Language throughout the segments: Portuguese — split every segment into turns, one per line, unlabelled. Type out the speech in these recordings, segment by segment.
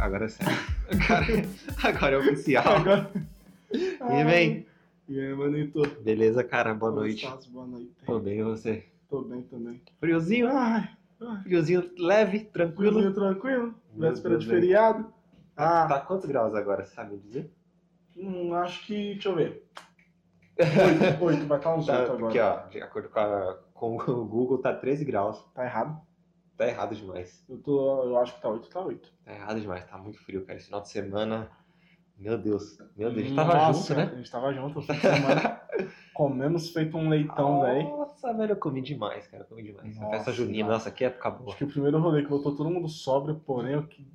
agora é sério. Agora, agora é oficial.
Agora...
E vem.
E aí, manito?
Beleza, cara? Boa
Como
noite.
estás? Boa noite.
Tô bem, e você?
Tô bem também.
Friozinho? Ah,
Ai, ai.
Friozinho leve, tranquilo.
Friozinho tranquilo?
Meu
Véspera
Deus,
de
velho.
feriado? Ah,
Tá quantos graus agora, você sabe me dizer?
hum, acho que. Deixa eu ver. Oito, oito, vai estar uns
Tá,
oito
porque,
agora.
ó, de acordo com, a- com o Google, tá 13 graus.
Tá errado?
Tá errado demais.
Eu, tô, eu acho que tá oito, tá oito.
Tá errado demais, tá muito frio, cara. Esse final de semana. Meu Deus, meu Deus. A gente tava
Hum,
junto,
Nossa,
né?
A gente tava junto, fim de semana. Comemos feito um leitão,
Ah,
velho.
Nossa, velho, eu comi demais, cara. Eu comi demais. A
Nossa,
festa junina,
mano.
Então, nossa, que época boa.
Acho que o primeiro rolê que voltou todo mundo sóbrio, porém o que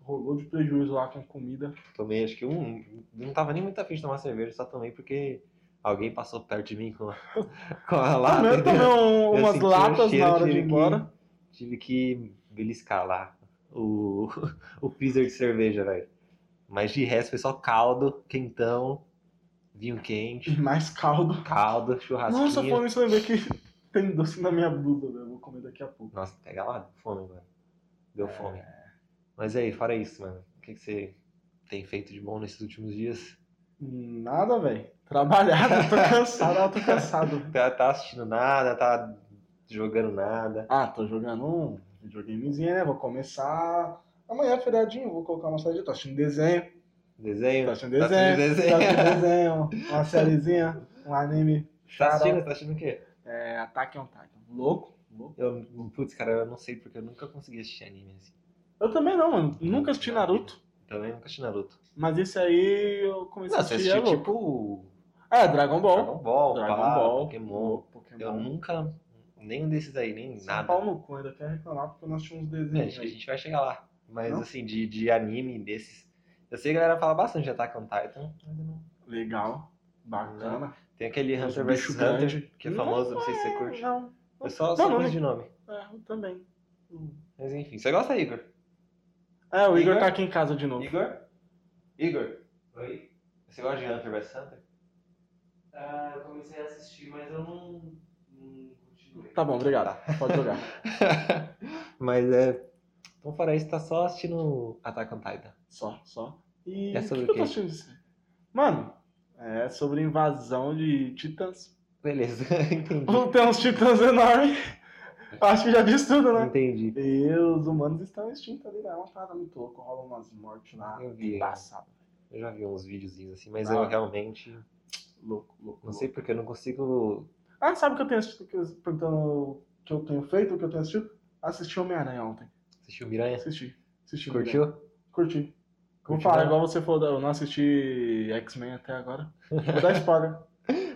rolou de prejuízo lá com comida.
Tomei, acho que um. Não tava nem muito afim de tomar cerveja, só tomei porque alguém passou perto de mim com a, com a lata.
Também Ah, eu tomei um-
Eu
umas
senti o
latas
cheiro,
na hora de
tive
ir embora.
Que, tive que beliscar lá o, o freezer de cerveja, velho. Mas de resto foi só caldo, quentão, vinho
E
quente,
mais caldo.
caldo, churrasquinho.
Nossa, falando isso, eu lembrei que tem doce na minha blusa, velho. Eu Vou comer daqui a pouco.
Nossa, pega lá, fome, mano. Deu
É.
fome. Mas aí, fora isso, mano. O que, que você tem feito de bom nesses últimos dias?
Nada, velho. Trabalhado, eu tô cansado, eu tô cansado. velho.
Tá, tá assistindo nada, tá jogando nada.
Ah, tô jogando um videogamezinho, né? Vou começar. Amanhã, feriadinho, vou colocar uma série. Tô assistindo desenho.
Desenho?
Tá assistindo desenho.
Tá assistindo
Tô assistindo desenho. Uma sériezinha, um anime.
Tá
chato.
assistindo, tá assistindo o quê?
É, Attack on Titan. Louco, louco.
Eu, putz, cara, eu não sei porque eu nunca consegui assistir anime assim.
Eu também não, mano. Nunca assisti Naruto.
Também nunca assisti Naruto.
Mas esse aí eu comecei a
Não, você
assistir. É,
assistiu
louco.
tipo.
é, Dragon Ball.
Dragon Ball,
Dragon
pá,
Ball.
Pokémon.
Pokémon.
Eu nunca. Nenhum desses aí, nem
São
nada.
Paulo no cu, ainda quer reclamar porque nós tínhamos uns
É,
desenhos
acho que a
aí.
gente vai chegar lá. Mas
Não?
assim, de, de anime desses. Eu sei que a galera fala bastante de Attack on Titan. mas eu não-
Legal, bacana.
Tem aquele
Os
Hunter vs
bicho grande.
Hunter, que é
Não,
famoso, não sei se você
É,
curte.
Não,
Eu só, só
Não, não,
curto de nome.
é, eu também.
Mas enfim, você gosta, Igor?
É, o Igor,
Igor?
tá aqui em casa de novo.
Igor? Igor? Oi? Você gosta de Hunter vs Hunter?
Ah, eu comecei a assistir, mas eu não, não continuei.
Tá bom, obrigado. Pode jogar.
Mas é. Então, fora isso, tá só assistindo Attack on Titan.
só, só. E
É
o
sobre o
que eu tô
quê?
assistindo isso? Mano, é sobre invasão de titãs.
Beleza, entendi.
Vão ter uns titãs enormes. Acho que já disse tudo, né?
Entendi.
E os humanos estão extintos ali, né? É uma parada muito louca, rola umas mortes lá.
Eu vi.
Embaçado.
Eu já vi uns videozinhos assim, mas
Tá.
Ah.
eu realmente
Louco, louco.
não sei porque eu não consigo.
Ah, sabe o que eu tenho assistido? Que eu, perguntando o que eu tenho feito, o que eu tenho assistido? Assisti Homem-Aranha ontem.
Assistiu Miranha?
Assisti. Assisti Homem-Aranha.
Curtiu?
Curti. Vou
Curtiu
falar,
mesmo?
né? igual você falou, eu não assisti X-Men até agora. Vou dar spoiler.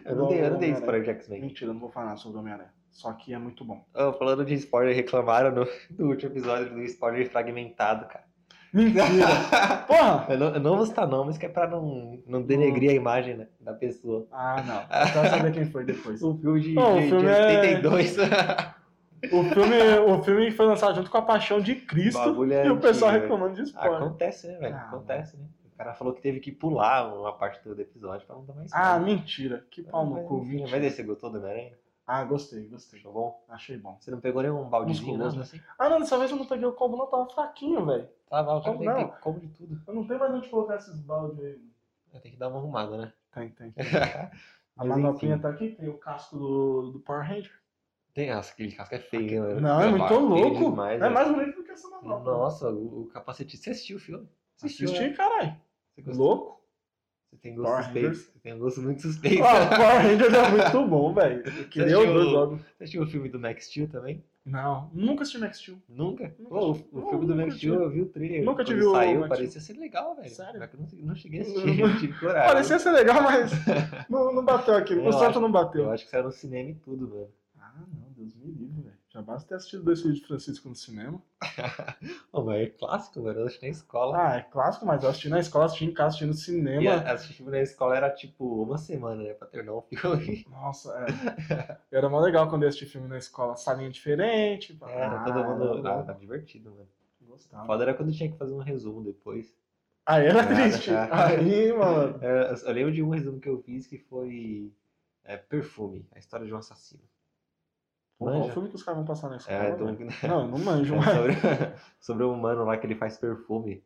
Eu não dei, eu não dei
Homem-Aranha.
spoiler de X-Men.
Mentira, eu não vou falar nada sobre Homem-Aranha. Só que é muito bom.
Ah, falando de spoiler, reclamaram no, no último episódio do spoiler fragmentado, cara.
Mentira! Porra!
Eu não, eu não vou citar nomes, que é pra não, não denegrir a imagem né, da pessoa.
Ah, não. Eu quero saber quem foi depois.
O filme de,
Não, o
de- de
filme é-
82.
O filme, o filme foi lançado junto com A Paixão de Cristo
bagulho é
e o pessoal
antigo, velho.
reclamando de spoiler.
Acontece, né, velho?
Ah,
Acontece, né? O cara falou que teve que pular uma parte do episódio pra não dar mais
Ah,
spoiler.
mentira. Que pau no
Mas,
cu.
enfim,
mentira.
Mas aí você gostou do Homem-Aranha?
Ah, gostei, gostei.
Achou bom?
Achei bom.
Você não pegou nenhum baldezinho, nada
Musculoso, né?
assim?
Ah, não, dessa vez eu não peguei o combo, não. Tava fraquinho, velho.
Tá, vai, o cara
Como
tem-
não?
tem como de tudo. É,
Eu não tenho mais onde colocar esses balde aí.
Tem que dar uma arrumada, né?
Tem, tem. A
tá Mas
manopinha
enfim.
tá aqui, tem o casco do, do Power Ranger.
Tem, nossa, aquele casco é feio, né?
Não, é muito
feio
louco.
demais,
é
né?
mais bonito do que essa manopla.
Nossa, o, o capacete. Você assistiu o filme? Assistiu, né?
Assisti, caralho.
Você, gostou?
Louco.
Você tem gosto
Power
suspeito.
Rangers.
Você tem um gosto muito suspeito.
Ah, o Power Ranger é muito bom, velho. Eu Queria
assistiu-
o dois logo.
Você assistiu o filme do Max Steel também?
Não, nunca assisti Max Steel.
Nunca?
Nunca
Pô, o,
assisti.
o
Não,
filme do
nunca
Max Steel eu vi o trailer.
Nunca
Quando
tive o
saiu,
Max
parecia ser legal, velho.
Sério?
Só que eu não, não cheguei a assistir, não tive coragem.
Parecia ser legal, mas não, não bateu aqui.
Eu
O santo
acho-
não
Eu
bateu.
acho que saiu no cinema e tudo, mano.
Ah, não, Deus me livre, velho. Já basta ter assistido dois filhos de Francisco no cinema.
Pô, mas é clássico, mano. Eu assisti na escola.
Ah, é clássico, mas eu assisti na escola, assisti em casa, assisti no cinema.
E a- assistir filme na escola era tipo uma semana, né? Pra terminar um filme.
Nossa, é. Era mó legal quando eu assisti filme na escola, salinha diferente. pá.
É, Era todo mundo.
era
Ah,
bom.
tá divertido, mano.
Gostava.
Foda era quando tinha que fazer um resumo depois.
Aí era
Nada,
triste.
cara.
Aí, mano.
É, Eu, eu lembro de um resumo que eu fiz que foi é, Perfume, a história de um assassino.
Pô, qual
Manja?
filme que os caras vão passar na escola? né?
É, do-
velho? Não, eu não manjo,
é
mas.
sobre, sobre um humano lá que ele faz perfume.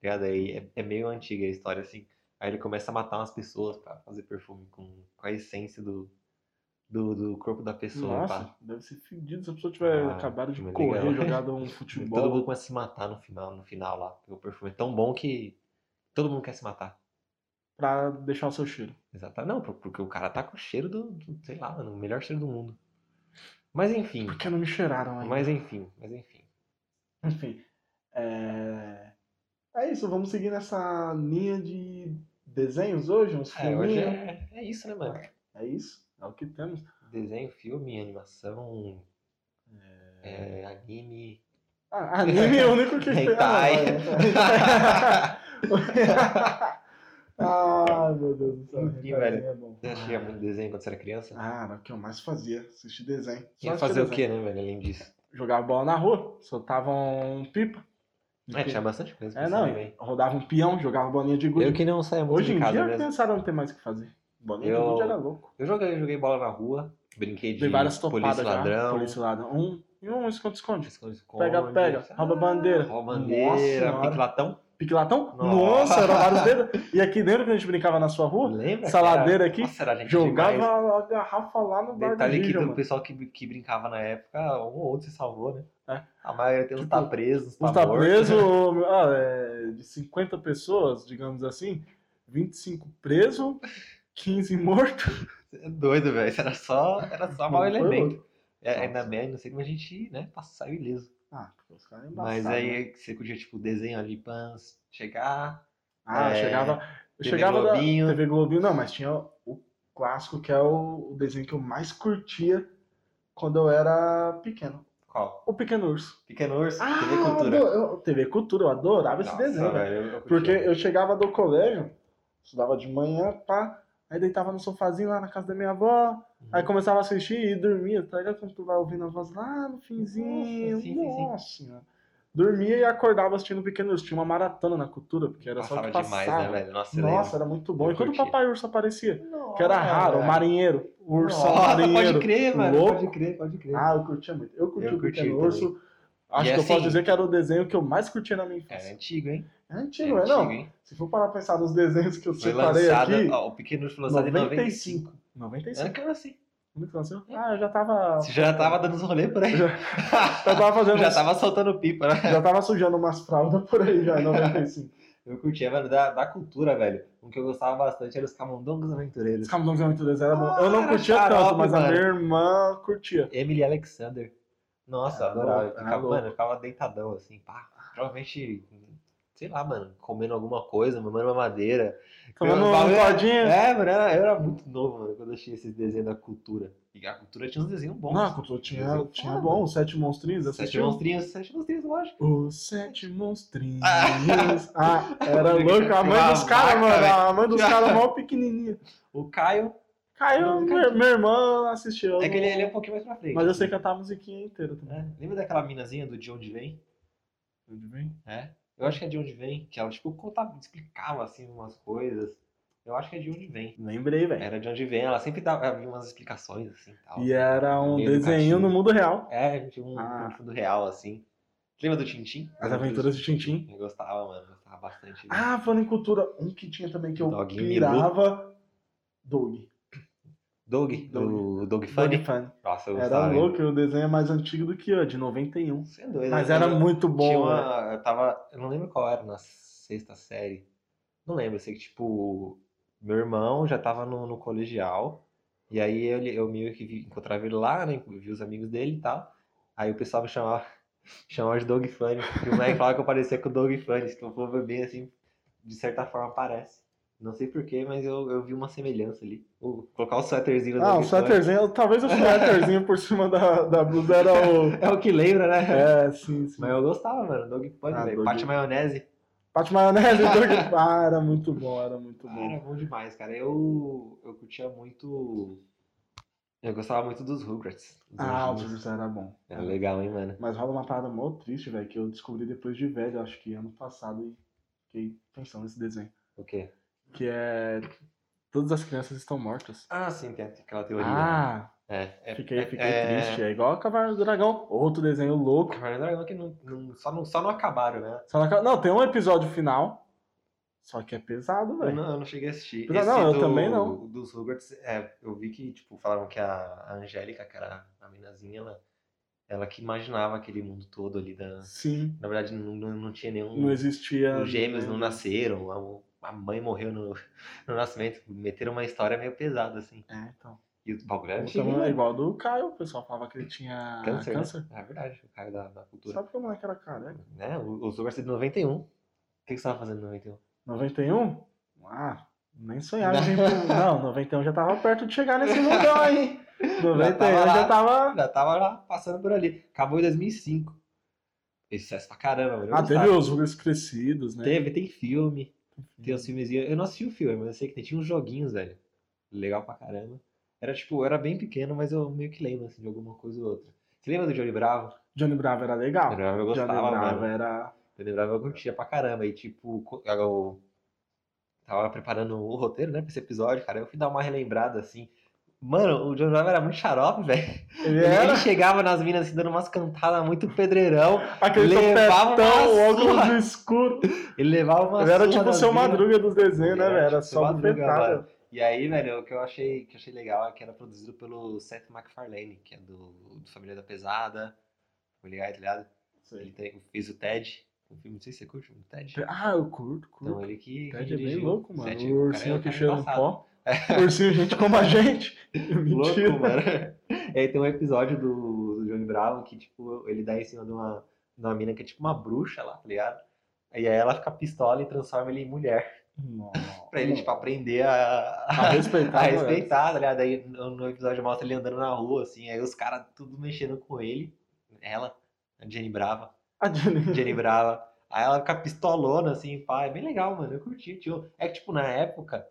ligado? Aí é, é meio antiga a história, assim. Aí ele começa a matar umas pessoas pra fazer perfume com, com a essência do, do, do corpo da pessoa, pá.
Nossa, deve ser fedido se a pessoa tiver
Ah,
acabado de
mas
correr,
legal.
jogado um
Tipo, Todo
futebol.
mundo começa a se matar no final, no final lá. Porque o perfume é tão bom que todo mundo quer se matar.
pra deixar o seu cheiro.
Exato. Não, por- porque o cara tá com o cheiro do, do- sei lá, mano, o melhor cheiro do mundo. Mas enfim,
Porque não me cheiraram ainda.
mas enfim, mas enfim.
Enfim. É... é isso, vamos seguir nessa linha de desenhos hoje, uns
É, hoje
filminhos.
é, é isso, né, mano?
É isso, é o que temos.
Desenho, filme, animação, é, anime.
Ah, anime é o único que tem.
Hentai.
Ah, não, não, não. Ai, Ah, meu Deus do céu.
Enfim,
hentai
velho.
é bom.
Você assistia muito desenho quando você era criança?
Ah, era o que eu mais fazia, assistir desenho. Só
Ia
assistir
fazer o quê,
desenho.
né, velho, além disso?
Jogava bola na rua, soltava um pipa.
É, tinha bastante coisa pra
É,
você
não,
também.
rodava um peão, jogava bolinha de gude.
Eu que não saia muito
Hoje
de
em
casa
dia
mesmo.
pensaram não ter mais o que fazer. Bolinha de
Eu-
gude era louco.
Eu joguei, joguei bola na rua, brinquei de
Dei várias topadas
polícia
já.
ladrão,
Polícia ladrão. Um e um esconde-esconde.
esconde-esconde.
Pega, pega. Rouba bandeira.
Ah, Rouba
Nossa
bandeira,
senhora.
pique latão.
Pique latão?
Nossa.
Nossa, era vários dedos. E aqui dentro que a gente brincava na sua rua,
Lembra?
saladeira
que
aqui,
era- Nossa, era gente
jogava
demais.
a garrafa lá no bar do
Detalhe que
Giga,
do
mano.
pessoal que, que brincava na época, um ou outro se salvou, né?
É.
A maioria tem uns
Tipo,
tá presos,
Os
uns tá
tá
morto.
preso, ah, é, de 50 pessoas, digamos assim, 25 preso, 15 morto.
É doido, velho. Isso era só, era só mau
Foi
elemento.
louco.
É, ainda
Nossa.
bem, não sei como a gente, né, passar ileso.
Ah, os caras
Mas
embaçaram, né?
aí você podia, tipo, desenhar ali, pans, chegar.
Ah, eu
É,
chegava. Eu
TV
chegava
Globinho.
da TV Globinho, não, mas tinha o clássico que é o, o desenho que eu mais curtia quando eu era pequeno.
Qual?
O Pequeno Urso.
Pequeno Urso,
Ah,
TV Cultura.
eu ado- eu- TV Cultura, eu adorava esse
Nossa,
desenho, velho.
velho, eu- eu
Porque
curtia.
eu chegava do colégio, estudava de manhã, pá, aí deitava no sofazinho lá na casa da minha avó,
Uhum.
aí começava a assistir e dormia, tá ligado? Quando tu vai ouvindo a voz lá no finzinho,
Nossa, sim, sim, sim.
nossa senhora. Dormia e acordava assistindo o Pequeno Urso. Tinha uma maratona na cultura, porque era só o
Passava
que
demais,
passava.
né, velho? Nossa, eu
Nossa, era muito bom.
Eu
E quando o
curtia.
Papai Urso aparecia,
lembro.
que era raro, o
Nossa,
marinheiro, o urso
Nossa,
marinheiro.
Pode crer, mano.
louco.
Pode crer, pode crer.
Ah, eu curtia muito. Eu curti
Eu
o
curti
Pequeno
também.
Urso. Acho
E
que eu posso
assim-
dizer que era o desenho que eu mais curtia na minha
Era
infância.
antigo, hein?
É, antigo, é,
Era
não?
antigo, hein?
Se for parar pra pensar nos desenhos que eu
Foi
separei
lançado,
aqui,
ó, o Pequeno Urso foi lançado em 95.
95.
Era que eu
assim.
nasci.
Quando que lançou? Ah, eu já tava...
Você já tava dando uns rolês por aí.
Já- Eu tava fazendo...
já
uns-
tava soltando pipa, né?
já tava sujando umas fraldas por aí já, em 95.
Eu curtia, mano, da, da cultura, velho. Um que eu gostava bastante era os Camundongos Aventureiros.
Os Camundongos Aventureiros era bom.
Ah,
Eu não
era
curtia tanto,
xarope,
mas a
mano.
minha irmã curtia.
Emily Alexander. Nossa, eu
Era
adorava.
louco, era
ficava,
louco.
mano, eu ficava deitadão, assim, pá. Provavelmente, sei lá, mano, comendo alguma coisa, mamando uma madeira.
Tomando um
bagulho-
codinho.
É, mano, eu era, eu era muito novo, mano, quando eu achei esses desenhos da cultura. E a cultura tinha uns desenhos bons.
Não, eu tinha,
Desenho
tinha
foda.
bom, os sete monstrinhos,
Sete
assistiu?
monstrinhos, sete monstrinhos, lógico.
Os sete monstrinhos. Ah, era louco. A mãe
Uma
dos caras,
Ah, vaca,
mano.
velho.
A mãe dos caras mal pequenininha.
O Caio,
Caiu,
Não,
minha,
cara.
minha irmã assistiu.
é que ele, ele é um pouquinho mais pra frente.
Mas eu sei cantar a musiquinha inteira também.
É, Lembra daquela minazinha do De Onde Vem?
Tudo bem?
É. Eu acho que é De Onde Vem, que ela, tipo, contava, explicava, assim, umas coisas. Eu acho que é De Onde Vem.
Lembrei, velho.
Era De Onde Vem, ela sempre dava havia umas explicações, assim, É tal.
E era um
Meio
desenho
educativo.
no mundo real.
É, tinha um,
Ah.
um fundo real, assim. Você lembra do Tintim?
As aventuras de Tintim.
Eu gostava, mano. Eu gostava bastante. né?
Ah, falando em cultura, um que tinha também que eu
Doguinho
pirava. Doug.
Doug, do Doug Funny.
Funny.
Nossa, eu
Era
gostava. hein?
louco, o desenho é mais antigo do que eu, de 91.
Você é doido.
Mas
eu
era
lembro-
muito
Tinha
bom, velho.
uma. Eu tava. Eu não lembro qual era na sexta série. Não lembro. Eu sei que, tipo, meu irmão já tava no, no colegial. E aí eu, eu meio que vi- encontrava ele lá, né? Vi os amigos dele e tal. Aí o pessoal me chamava, chamava de Dog Funny. E o moleque falava que eu parecia com o Dog Funny. Se tu for ver bem assim, de certa forma parece. Não sei porquê, mas eu, eu vi uma semelhança ali. Vou colocar o suéterzinho do
Ah, o
Dog Funny.
suéterzinho, talvez o suéterzinho por cima da, da blusa era o.
É o que lembra, né?
É, sim, sim.
Mas eu gostava, mano. Dog Funny,
Ah,
velho.
Doug-
Pate maionese.
Pate maionese, Doug. Ah, era muito bom, era muito
Ah,
bom.
era bom demais, cara. Eu, eu curtia muito. Eu gostava muito dos Rugrats. Dos
Ah, o
anjinhos.
Jujutsu era bom.
Era legal, hein, mano?
Mas rola uma parada mó triste, velho, que eu descobri depois de velho, acho que ano passado, e fiquei pensando nesse desenho.
O quê?
Que é. Todas as crianças estão mortas.
Ah, sim, tem aquela teoria. né?
Ah,
É, é,
Fiquei, fiquei
é-
triste. É igual a Cavalo do Dragão. Outro desenho louco.
Cavaleiro do Dragão é que não, não- só, não, só não acabaram, né?
Só na- Não, tem um episódio final. Só que é pesado,
Eu
velho.
não, eu não cheguei a assistir.
Não, não, eu
do-
também não.
Dos Rugrats, é, eu vi que, tipo, falavam que a, a Angélica, que era a meninazinha, ela, ela que imaginava aquele mundo todo ali da...
Sim.
Na verdade, não, não, não tinha nenhum...
Não existia.
os gêmeos não nasceram, a, a mãe morreu no, no nascimento. Meteram uma história meio pesada, assim.
É, então.
E o bagulho era antigo,
Então, é
né?
igual do Caio, o pessoal falava que ele tinha
Câncer,
câncer.
né? É verdade, o cara da, da cultura.
Sabe como é que era careca?
Né? O- Os Rugrats é de 91. O que que você tava fazendo em 91?
91? Ah, nem sonhava. em 91. Não, 91 já tava perto de chegar nesse mundão aí. 91
tava lá.
já tava.
Já tava lá passando por ali. Acabou em 2005. Fez sucesso pra caramba, mano. Eu
Ah,
gostava.
teve os Rugrats crescidos, né?
tá. Teve, tem filme. Tem os filmezinhos. Eu não assisti o filme, mas eu sei que tem- tinha uns joguinhos, velho. Legal pra caramba. Era tipo, eu era bem pequeno, mas eu meio que lembro assim, de alguma coisa ou outra. Você lembra do Johnny Bravo?
Johnny Bravo era legal.
Johnny Bravo eu
Ah, Johnny
gostava, mano.
Bravo era.
Eu lembrava, eu
É.
curtia pra caramba. E, tipo, co- eu tava preparando o roteiro, né, pra esse episódio, cara. Eu fui dar uma relembrada, assim. Mano, o John Bravo era muito xarope, velho.
Ele
Ele
era
chegava nas minas, assim, dando umas cantadas muito pedreirão.
aquele
levava uma
topetão, óculos
surra.
escuro.
Ele levava uma
Ele era
surra
tipo o
das
seu
minas.
madruga dos desenhos,
Ele
né,
era
velho? Era
tipo Seu
só
Madruga,
petada.
E aí, velho, o que eu achei, que eu achei legal é que era produzido pelo Seth MacFarlane, que é do, do Família da Pesada, Família Guy, tá ligado? Ele tem- fez o Ted, o filme, não sei se você curte, o Ted.
Ah, eu curto, curto.
Então ele que, que
Ted é bem
dirigiu.
louco, mano.
Seth,
o
cara, é
ursinho
um
que
cara
cheira no
embaçado.
pó. O ursinho, gente como a gente. Mentira.
Louco, mano. E aí tem um episódio do, do Johnny Bravo que, tipo, ele dá em cima de uma, de uma mina que é tipo uma bruxa lá, tá ligado? E aí ela fica pistola e transforma ele em mulher.
Nossa.
Pra ele, tipo, aprender a,
a
a,
respeitar.
a
né?
respeitar, tá ligado? Aí no no episódio mostra ele andando na rua, assim, aí os caras tudo mexendo com ele. Ela, a Jenny Brava,
A Jenny-
Jenny Brava. Aí ela fica pistolona, assim, pá, é bem legal, mano. Eu curti, tio. É que, tipo, na época,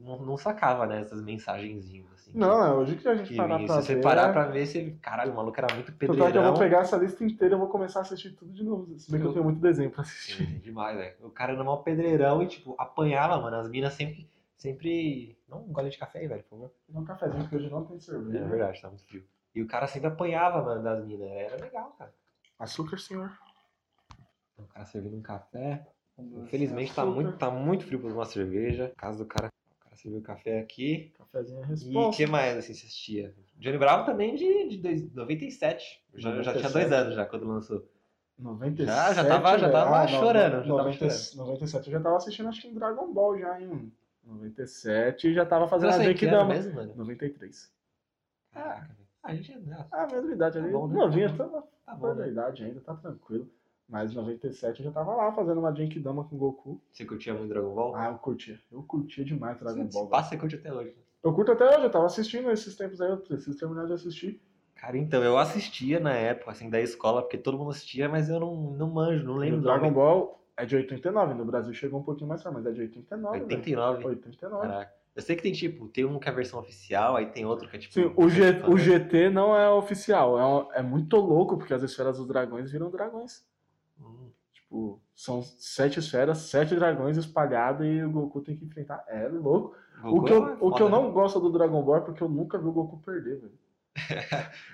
não, não sacava, né, essas mensagenzinhas, assim.
Não, é hoje que a gente
Que
parar
vinha.
pra
se você
ver.
parar pra ver, você. Caralho, o maluco era muito
Tanto é que eu
pedreirão.
vou pegar essa lista inteira e eu vou começar a assistir tudo de novo. Se bem que eu tenho muito desenho pra assistir.
É, Demais, velho. O cara era mal pedreirão e, tipo, apanhava, mano. As minas sempre. Sempre. Não, um gole de café aí, velho, por favor.
Vou dar um cafezinho, porque hoje não tem
É
cerveja.
verdade, tá muito frio. E o cara sempre apanhava, mano, das minas. né? Era legal, cara.
Açúcar, senhor.
O cara servindo um café. Infelizmente tá
Açúcar.
muito, tá muito frio pra uma cerveja. Caso do cara. O cara serviu o café aqui.
Cafezinho é
E o
resposta.
que mais, assim, você assistia? Johnny Bravo também de, de dois- 97. Eu já, eu já tinha dois
97.
anos já quando lançou.
97.
Já, já tava- já
velho.
tava
Ah, não,
chorando, já tava
90 97 eu já tava assistindo, acho que em Dragon Ball já, hein, mano. 97 já tava fazendo a
Nossa, em que ano
Genkidama.
mesmo, mano?
93.
Caraca, velho. Ah, a gente é.
Ah, mesma idade
Tá
ali.
bom, né?
Novinha, tá
Tá bom,
na
né?
idade ainda, tá tranquilo. Mas em 97 eu já tava lá fazendo uma Genkidama com Goku.
Você curtia muito Dragon Ball?
Ah, eu curtia. Eu curtia demais Dragon
Você
Ball. velho.
passa, você curte até hoje.
Eu curto até hoje, eu tava assistindo esses tempos aí, eu preciso terminar de assistir.
Cara, então, eu assistia na época, assim, da escola, porque todo mundo assistia, mas eu não, não manjo, não lembro.
E o
o
Dragon
nome.
Ball é de 89, no Brasil chegou um pouquinho mais tarde, mas é de 89, velho.
89.
89.
Caraca. Eu sei que tem, tipo, tem um que é a versão oficial, aí tem outro que é, tipo...
Sim, o, G-
fã,
o
né?
GT não é oficial. É, um- é muito louco, porque as esferas dos dragões viram dragões.
Hum,
Tipo, são sete esferas, sete dragões espalhados e o Goku tem que enfrentar. É louco.
Goku
o que, eu,
é
o que eu
foda, né?
não gosto do Dragon Ball é porque eu nunca vi o Goku perder, velho.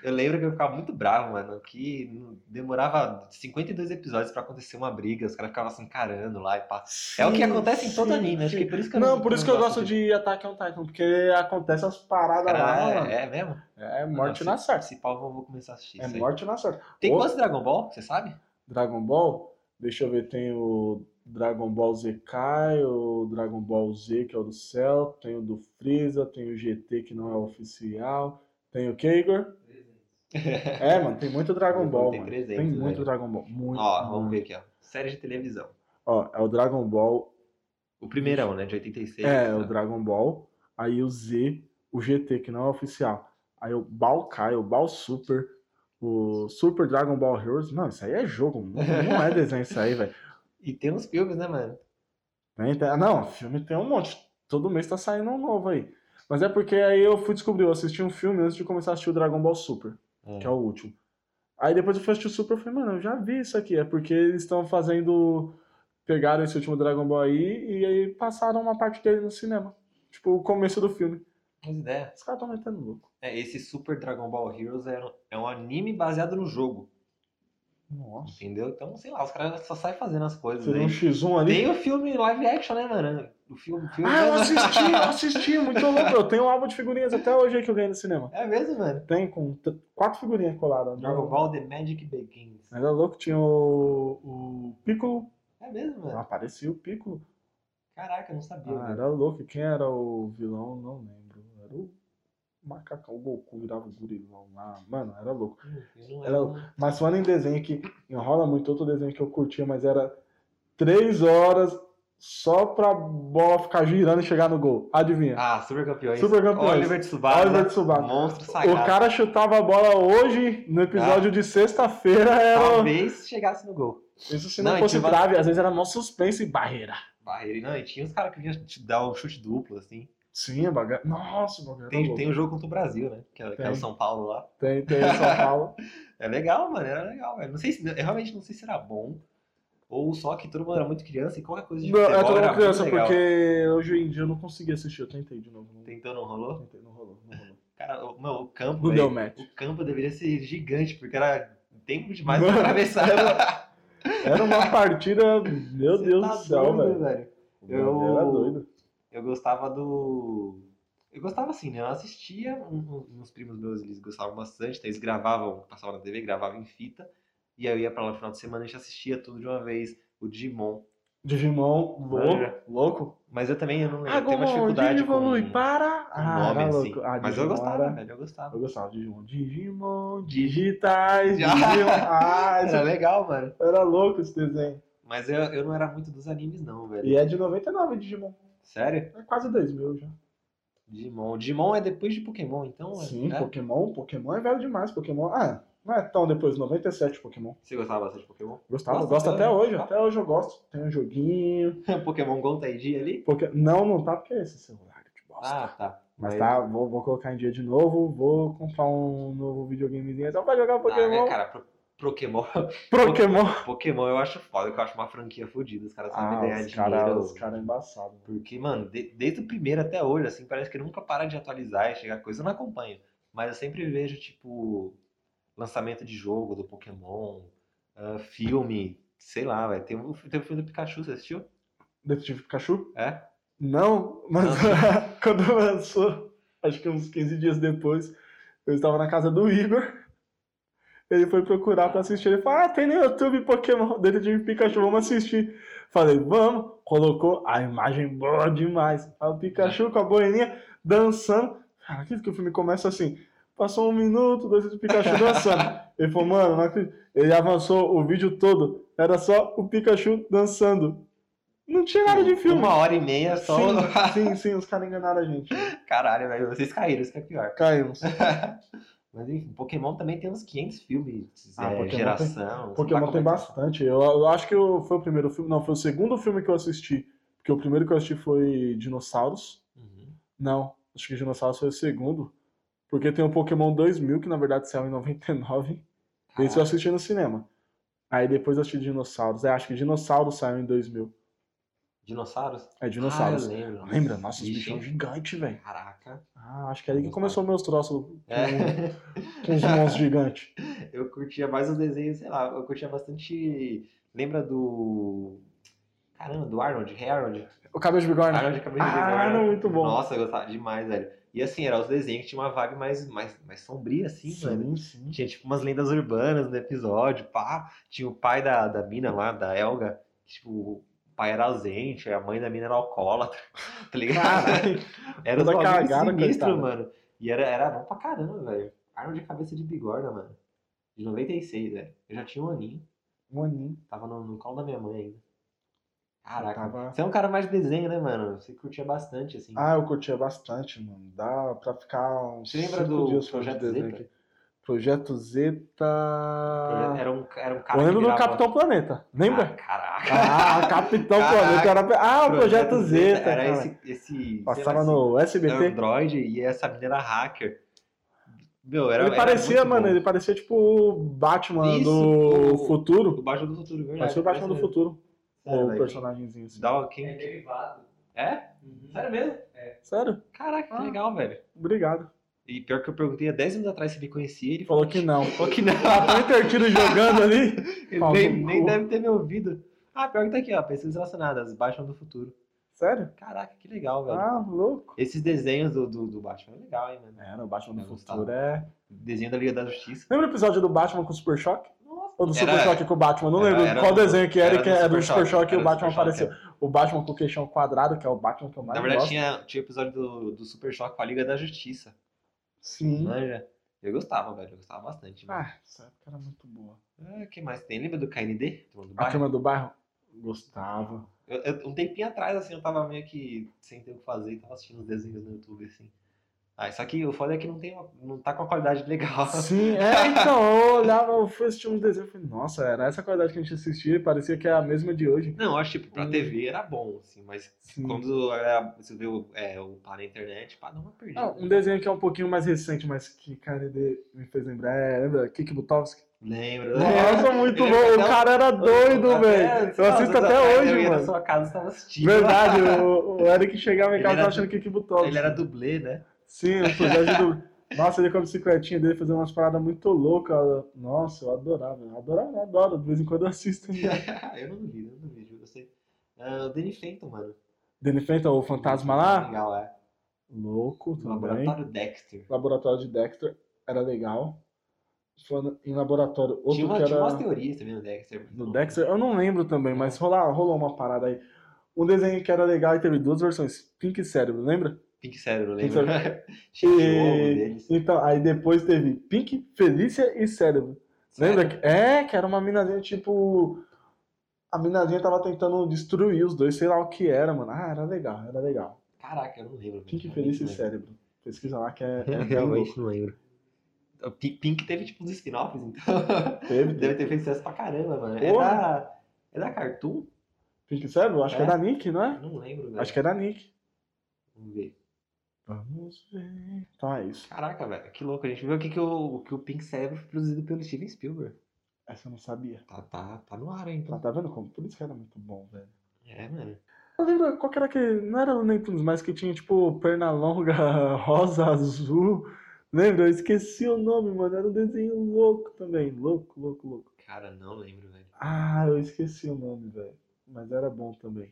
Eu lembro que eu ficava muito bravo, mano, que demorava 52 episódios pra acontecer uma briga, os caras ficavam se encarando lá e pá. É o que acontece em todo
sim,
anime, acho
sim.
que é por isso que eu
Não, por isso que eu gosto
de-
de Attack on Titan, porque acontece as paradas lá,
Cara,
mano.
é, é mesmo?
É, morte na sorte.
Se pau, eu vou começar a assistir
É
isso aí.
morte na sorte.
Tem
Ou-
quantos Dragon Ball, você sabe?
Dragon Ball, deixa eu ver, tem o Dragon Ball ZK, o Dragon Ball Z, que é o do céu, tem o do Freeza, tem o GT, que não é oficial, tem o Kager. É, mano, tem muito Dragon Ball,
Tem
mano.
300,
Tem muito
velho.
Dragon Ball, muito.
Ó,
muito.
vamos ver aqui, ó. Série de televisão.
Ó, é o Dragon Ball,
O primeirão, né? De 86.
é, o
né?
Dragon Ball, aí o Z, o GT, que não é oficial, aí o Balkai, o Ball Super, o Super Dragon Ball Heroes. Não, isso aí é jogo, não, não é desenho isso aí, velho.
E tem uns filmes, né, mano?
Tem, tem- Não, filme tem um monte. Todo mês tá saindo um novo aí. Mas é porque aí eu fui descobrir, eu assisti um filme antes de começar a assistir o Dragon Ball Super, que é o último. Aí depois eu fui assistir o Super e falei, mano, eu já vi isso aqui. É porque eles estão fazendo. Pegaram esse último Dragon Ball aí e aí passaram uma parte dele no cinema. Tipo, o começo do filme.
Mas ideia.
Os caras estão metendo louco.
É, esse Super Dragon Ball Heroes é, é um anime baseado no jogo,
Nossa.
entendeu? Então, sei lá, os caras só saem fazendo as coisas
Você viu um
aí.
X1 ali?
Tem um, o filme live action, né, mano? O filme, filme é
Ah, eu assisti, eu assisti, muito louco. Eu tenho um álbum de figurinhas até hoje aí que eu ganhei no cinema.
É mesmo, mano.
Tem com t- quatro figurinhas coladas.
Dragon Ball The Magic Begins.
Mas é louco, tinha o, o Piccolo.
É mesmo, mano.
Aparecia Ah, o Piccolo.
Caraca, eu não sabia.
Ah,
velho.
era louco. Quem era o vilão? Não lembro. Era o macacão. O Goku virava o gurilão lá. Mano, era louco.
Eu não
Era
lembro.
Mas falando em desenho que enrola muito, outro desenho que eu curtia, mas era três horas só pra bola ficar girando e chegar no gol. Adivinha?
Ah, Super Campeões.
Super Campeões.
Oliver Tsubasa.
Oliver Tsubasa.
Monstro
o
sagrado.
cara chutava a bola hoje, no
Ah.
episódio de sexta-feira, era. um-
Talvez chegasse no gol.
Isso se
Tá
não,
Não, e
fosse
tinha-
trave, às vezes era mó suspense e barreira.
Barreira. Não, e tinha uns caras que vinham te dar um chute duplo, assim.
Sim, é baga... Nossa, bagulho.
Tem, tem um jogo contra o Brasil, né? Que é, que é
Tá Tem.
o São Paulo lá.
tem, tem em São Paulo.
É legal, mano. Era legal, velho. Não sei se, eu realmente não sei se era bom. Ou só que todo mundo era muito criança e qualquer coisa de
Não,
futebol
é toda
era
uma
muito
criança,
legal.
porque hoje em dia eu não consegui assistir, eu tentei de novo. Não,
Então não rolou?
tentei, não rolou, não rolou.
Cara, o- meu, o campo,
Não
velho,
deu match.
O campo deveria ser gigante, porque era tempo demais pra
Mano,
atravessar.
Era uma partida, meu
Você
Deus
tá
do céu,
doido,
velho.
Eu-
Era doido.
Eu gostava do. Eu gostava assim, né? Eu assistia, um- um- uns primos meus eles gostavam bastante, então eles gravavam, passavam na TV, gravavam em fita, e aí eu ia pra lá no final de semana e a gente assistia tudo de uma vez, o Digimon.
Digimon,
Manja.
louco, louco.
Mas eu também eu não lembro,
Ah,
eu tenho uma
Gomon,
dificuldade com
Digimon,
com
para! Ah,
nome
era
assim.
louco. Ah,
Mas eu
Digimon
gostava,
era-
velho, eu gostava.
Eu gostava de Digimon. Digimon, digitais,
Já.
Digimon. Ah,
Era
isso-
legal, mano.
era louco esse desenho.
Mas eu, eu não era muito dos animes, não, velho.
E é de 99, Digimon.
Sério?
É quase 2000 já.
Digimon. Digimon é depois de Pokémon, então. é-
Sim,
é?
Pokémon, Pokémon é velho demais. Pokémon, ah, não é tão depois, 97 Pokémon.
Você gostava bastante de Pokémon?
Gostava,
Gosta
gosto
até
até
hoje.
hoje, até hoje eu gosto. Tem um joguinho.
Pokémon Go tá em dia ali?
Porque... Não, não tá, porque é esse celular de bosta.
Ah, tá.
Mas tá, vou, vou colocar em dia de novo, vou comprar um novo videogamezinho só pra jogar Pokémon.
Ah, cara, pro- Pokémon.
Pokémon!
Pokémon eu acho foda, que eu acho uma franquia fodida. Os caras sabem ganhar
Ah, os
dinheiro.
caras os cara é embaçado.
Porque, mano, de- desde o primeiro até hoje, assim, parece que nunca para de atualizar e chegar coisa. Eu não acompanho. Mas eu sempre vejo, tipo, lançamento de jogo do Pokémon, ah, filme, sei lá, velho. Tem um, tem um filme do Pikachu, você assistiu?
Detetive Pikachu?
É?
Não, mas quando lançou, acho que uns 15 dias depois, eu estava na casa do Igor. Ele foi procurar pra assistir. Ele falou: Ah, tem no YouTube Pokémon, Detetive Pikachu, vamos assistir. Falei: Vamos. Colocou a imagem boa demais. Aí o Pikachu com a boininha dançando. Cara, acredito que o filme começa assim. Passou um minuto, dois o Pikachu dançando. Ele falou: Mano, não acredito. Ele avançou o vídeo todo. Era só o Pikachu dançando. Não tinha nada de filme.
Uma hora e meia só.
Sim, sim, sim, os caras enganaram a gente.
Caralho, velho, vocês caíram, isso que é pior.
Caímos.
Mas enfim, Pokémon também tem uns 500 filmes,
Ah,
é,
Pokémon tem-
geração.
Pokémon tem bastante. Eu, eu acho que eu- foi o primeiro filme. Não, foi o segundo filme que eu assisti. Porque o primeiro que eu assisti foi Dinossauros.
bastante.
Não, acho que Dinossauros foi o segundo. Porque tem o Pokémon 2000, que na verdade saiu em 99. Esse eu assisti no cinema. Aí depois eu assisti Dinossauros. É, acho que Dinossauros saiu em 2000.
Dinossauros?
É, Dinossauros.
Ah, eu lembro.
Lembra? Nossa, os
Ixi.
bichão é gigante, velho.
Caraca.
Ah, acho que é aí que começou meus troços com,
É,
com os monstros gigantes.
eu curtia mais os desenhos, sei lá, eu curtia bastante. Lembra do. Caramba, do Arnold, Harold.
O cabelo de bigorna.
Arnold é acabei de
Ah,
Arnold.
muito bom.
né? Nossa, eu gostava demais, velho. E assim, era os desenhos que tinha uma vibe mais, mais, mais sombria, assim, mano.
sim.
Tinha tipo umas lendas urbanas no episódio, pá. Tinha o pai da, da mina lá, da Elga, que, tipo, o pai era ausente, a mãe da mina era alcoólatra, tá ligado?
Caralho.
Era um
Toda
bagulho
cagada,
sinistro,
coitada.
mano. E era, era bom pra caramba, velho. Arma de cabeça de bigorna, mano. De 96, velho. Eu já tinha um aninho.
Um aninho.
Tava no, no colo da minha mãe ainda. Caraca.
Eu tava-
Você é um cara mais de desenho, né, mano? Você curtia bastante, assim.
Ah, eu curtia bastante, mano. Dá pra ficar uns
Você lembra
cinco
do
dias falando de
Projeto
desenho
Zeta?
aqui. Projeto Zeta.
Era um, era um cara
Eu lembro
que
do
virava-
Capitão Planeta.
Ah,
Lembra?
caraca.
Ah, Capitão Planeta. Era... Ah, o Projeto, Zeta.
Era
cara.
esse, assim. esse...
Passava
sei lá,
no
esse
SBT.
Android e essa mina era hacker. Meu, era era
ele parecia,
muito
mano,
bom.
ele parecia tipo o Batman
Isso,
do
o-
futuro.
Do Baixo do Futuro, verdade.
Parecia o Batman do
parece
futuro.
mesmo. Sério,
o
velho.
personagemzinho assim.
Dava quem...
É derivado.
né? É?
Uhum.
Sério mesmo?
Sério?
Caraca, que
Ah.
legal, velho.
Obrigado.
E pior que eu perguntei há 10 minutos atrás se ele conhecia, ele
Falou que não.
falou que não.
Tá tão entretido jogando ali.
Ele
Pau
nem,
no
nem
cu.
deve ter me ouvido. Ah, pior que tá aqui, ó. Pesquisas relacionadas, Batman do futuro.
Sério?
Caraca, que legal, velho.
Ah, louco.
Esses desenhos do, do, do Batman é legal, hein, mano.
É, no Batman
Eu
do
gostava.
Futuro é.
Desenho da Liga da Justiça.
Lembra o episódio do Batman com o Super Choque?
Nossa.
Ou do
Era-
Super Choque com o Batman? Não
era-
lembro
era
qual
do-
desenho que era,
era do
que era
Super
do Super
Choque,
Choque e
era
o
do
Batman
Super Choque, é.
apareceu. O Batman com o queixão quadrado, que é o Batman que eu mais
Na verdade,
gosto.
tinha, tinha episódio do, do Super Choque com a Liga da Justiça.
Sim.
Manja. Eu gostava, velho. Eu gostava bastante. mano.
Hum. Ah, essa época era muito boa.
Ah, que mais tem? Lembra do KND? Turma do
A
bairro?
turma do bairro? Gostava.
Eu- eu- um tempinho atrás, assim, eu tava meio que sem ter o que fazer e tava assistindo os desenhos no YouTube, assim. Ah, só que o foda é que não, tem uma- não tá com a qualidade legal.
Sim, é, então, eu olhava, eu fui assistir um desenho e falei, nossa, era essa qualidade que a gente assistia e parecia que é a mesma de hoje.
Não, eu acho tipo, pra
Hum.
TV era bom, assim, mas
Sim.
quando era, você vê o, é, o pá na internet, pá, dá uma perdida.
Ah, um desenho que é um pouquinho mais recente, mas que, cara, ele me fez lembrar, é, lembra? Kiki Butowski?
Lembra, né?
Nossa, muito
Ele
bom,
é
o
até-
cara era doido,
Até-
velho. Eu
sei lá,
assisto
às vezes
até
Eu
hoje,
ia na
mano.
sua casa e tava assistindo.
Verdade, o, o Eric chegava em
Ele
casa e
era
tava achando Kiki Butowski.
Ele era dublê, né?
Sim, o projeto do... Nossa, ele com a bicicletinha dele fazendo umas paradas muito loucas. Nossa, eu adorava, eu adorava, eu adoro. De vez em quando eu assisto. ainda.
eu não vi, eu não vi, juro. Eu sei. Ah, o Danny Fenton, mano.
Danny Fenton, o fantasma lá.
Legal, é.
Louco
O
também.
Laboratório Dexter.
Laboratório de Dexter era legal. Falando Em laboratório, outro
Tinha, uma,
que
tinha umas
era.
teorias também no Dexter. mas
No
não-
Dexter, eu não lembro também, mas rolou, rolou uma parada aí. Um desenho que era legal e teve duas versões, Pink e Cérebro, lembra?
Pink Cérebro,
Pink
lembra? Tinha um jogo
E-
deles.
Então, aí depois teve Pink, Felícia e Cérebro. Lembra? que- É, que era uma minazinha, tipo. A minazinha tava tentando destruir os dois, sei lá o que era, mano. Ah, era legal, era legal.
Caraca, eu não lembro. velho.
Pink Feliz
Realmente
e
não
Cérebro. Pesquisa lá que é.
lembro.
é bem louco.
Uhum. Realmente não lembro. O Pi- Pink teve tipo uns spin-offs, então.
Teve,
Deve
teve.
ter feito sucesso pra caramba, mano. É
Porra.
da, é da Cartoon?
Pink Cérebro? Acho que
É?
é da Nick, não é?
Eu não lembro, velho.
Acho que é da Nick.
Vamos ver.
Vamos ver. Então é isso.
Caraca, velho, que louco. A gente viu aqui que o, o que o Pink Cérebro foi produzido pelo Steven Spielberg.
Essa eu não sabia.
Tá, tá, tá no ar, hein?
Ela tá vendo como? Por isso que era muito bom, velho.
É, mano.
Eu lembro qual que era que. Não era o Neptunes, mas que tinha, tipo, perna longa, rosa, azul. Lembra? Eu esqueci o nome, mano. Era um desenho louco também. Louco, louco, louco.
Cara, não lembro, velho.
Ah, eu esqueci o nome, velho. Mas era bom também.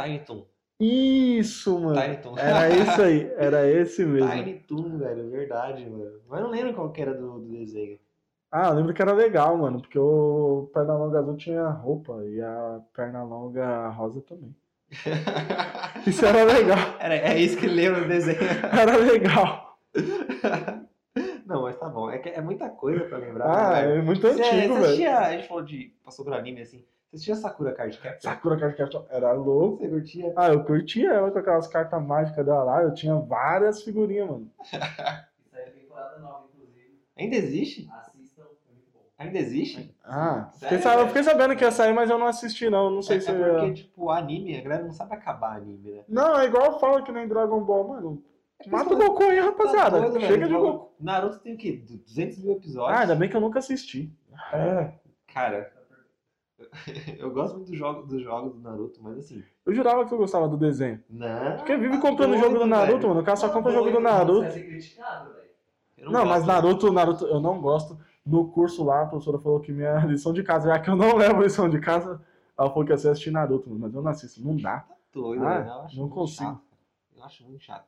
Tiny Toon.
Isso, mano.
Tiny Toon.
Era isso aí. Era
Tá
esse mesmo.
Tiny Toon, velho, verdade, mano. Mas eu não lembro qual que era do, do desenho.
Ah, eu lembro que era legal, mano. Porque o perna longa azul tinha roupa. E a perna longa rosa também. Isso era legal.
era, é isso que lembro do desenho.
Era legal.
Não, mas tá bom. É, que é muita coisa pra lembrar.
Ah,
né, velho?
é muito
Você-
antigo,
você
velho.
assistia, a gente falou de. Passou por anime assim. Você assistia Sakura Card Captor?
Sakura Card Captor era louco.
Você curtia?
Ah, eu curtia ela com aquelas cartas mágicas dela lá. Eu tinha várias figurinhas, mano.
Isso aí é temporada nova, inclusive.
Ainda existe?
Assistam, é muito bom.
Ainda existe?
Ah, fiquei,
Sério,
sa- eu
velho?
fiquei sabendo que ia sair, mas eu não assisti, não. Não
É,
sei se.
é porque, tipo, anime, a galera não sabe acabar anime, né?
Não, é igual fala que nem Dragon Ball, mano. Mata o Goku aí,
Tá
rapaziada.
doido,
Chega
velho.
de Goku.
Naruto tem o quê? 200 mil episódios?
Ah, ainda bem que eu nunca assisti. É.
Cara, eu gosto muito dos jogos dos jogos do Naruto, mas assim.
Eu jurava que eu gostava do desenho.
Não.
Porque vive
tá
comprando o
doido,
jogo do Naruto,
velho.
mano. O cara só
Tá
compra jogo do
doido.
Naruto.
Você vai ser criticado, velho.
Eu
Não, mas
gosto.
Naruto, Naruto, eu não gosto. No curso lá, a professora falou que minha lição de casa, já que eu não levo lição de casa, ela falou que eu ia assistir Naruto, mano, mas eu não assisto, não dá.
Tá doido,
Ah,
velho. Eu acho
não
muito
consigo.
chato. Eu acho muito chato.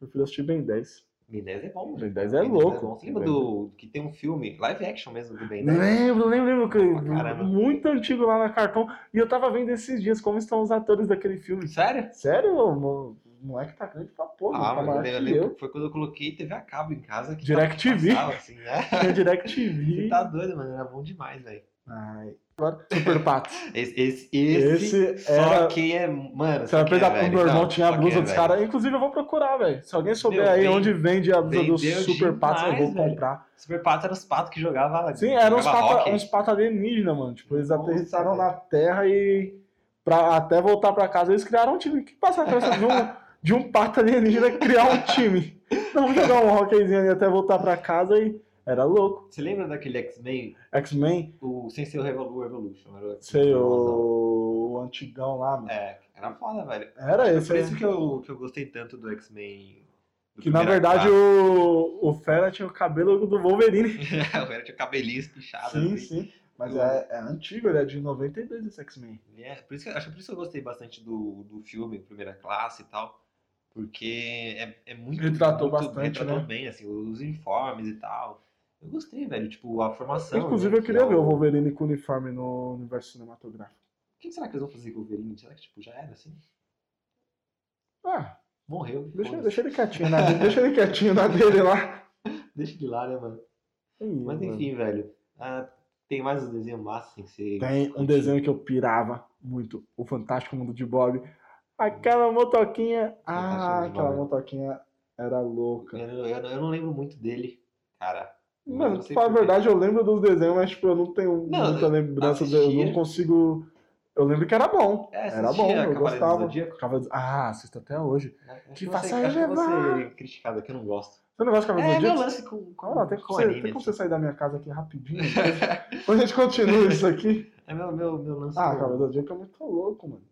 Eu prefiro assistir Ben 10.
Ben 10 é bom, velho.
Ben 10 é
Ben 10
louco.
bom. Você lembra do que tem um filme live action mesmo do Ben 10?
Lembro, lembro, lembro. Que,
Pra caramba.
muito antigo lá na Cartoon. E eu tava vendo esses dias como estão os atores daquele filme.
Sério?
Sério, mano? O moleque tá grande pra porra,
ah,
tá
mas eu
maior
lembro, eu
que
lembro
eu.
que foi quando eu coloquei TV a cabo em casa. Que
DirecTV.
Passava, assim, né?
Tinha
Você
DirecTV.
tá doido, mano. Era bom demais, velho.
Ai. Agora, Super Patos.
Esse, esse, esse,
Esse
só
era-
quem é. Mano,
Você
só
vai
quem é
pegar pro
velho.
meu irmão,
Não,
tinha a
só
blusa
quem é
dos
velho.
caras. Inclusive, eu vou procurar, velho. Se alguém souber
Meu,
aí
vem-
onde vende a blusa dos
vendeu
Super Patos, eu vou
demais,
comprar.
Super Pato era os patos que jogavam.
Sim, eram uns patos
rock.
uns pato alienígenas, mano. Tipo, eles
Nossa,
aterrissaram
velho.
na Terra e pra, até voltar pra casa, eles criaram um time. Que passa a cabeça de um, de um pato alienígena criar um time? Não, vamos jogar um hockeyzinho ali até voltar pra casa e... Era louco.
Você lembra daquele X-Men?
X-Men,
O Sem ser o Revol- o Evolution. Era o X-Men
sei,
famosão.
o... o antigão lá, mano.
É, Era foda, velho.
Era É, esse
Por
aí.
isso que eu, que eu gostei tanto do X-Men. do
Que na
primeiro
verdade
Classe.
o, o Fera tinha o cabelo do Wolverine.
o cara tinha o cabelinho espichado.
Sim,
assim.
sim. Mas
Do-
é, é antigo, ele é de 92 esse X-Men.
É, por isso que, acho que por isso que eu gostei bastante do, do filme, Primeira Classe e tal. Porque é, é muito.
Retratou
muito-
bastante,
Retratou
né?
bem, assim, os uniformes e tal. Eu gostei, velho. Tipo, a formação.
Inclusive
né,
eu
que
queria
é
ver o Wolverine com uniforme no universo cinematográfico.
O que será que eles vão fazer com o Wolverine? Será que tipo, já era assim?
Ah,
Morreu.
deixa,
foda-se.
deixa ele quietinho na dele, deixa ele quietinho na dele lá.
Deixa de lá, né, mano?
Ih,
Mas
mano.
enfim, velho. ah, tem mais um desenho massa assim, que você.
Tem um desenho que eu pirava muito, o Fantástico Mundo de Bob. Aquela motoquinha, ah,
Mundo de
aquela
Bob.
motoquinha era
Eu,
louca.
eu, eu não lembro muito dele, cara.
Mano,
não sei
pra falar a
por quê.
verdade, eu lembro dos desenhos, mas tipo, eu não tenho
Não,
muita lembrança, de- eu
assistia.
não consigo... Eu lembro que era bom,
É,
era
assistia
bom, eu
Cavaleiros do
gostava.
Zodíaco?
Cavaleiros- Ah, assisto até hoje.
Acho
Que
você-
faça
acho que eu vou
levar.
ser criticado aqui, eu não gosto.
Você não gosta de Cavaleiros
É,
do
meu
Zodíaco?
lance com, com,
Olha, tem
com
como, você,
anime,
tem como
assim.
você sair da minha casa aqui rapidinho? Depois a gente continua isso aqui.
É meu, meu, meu lance
Ah,
com,
cara, o Jake é muito louco, mano.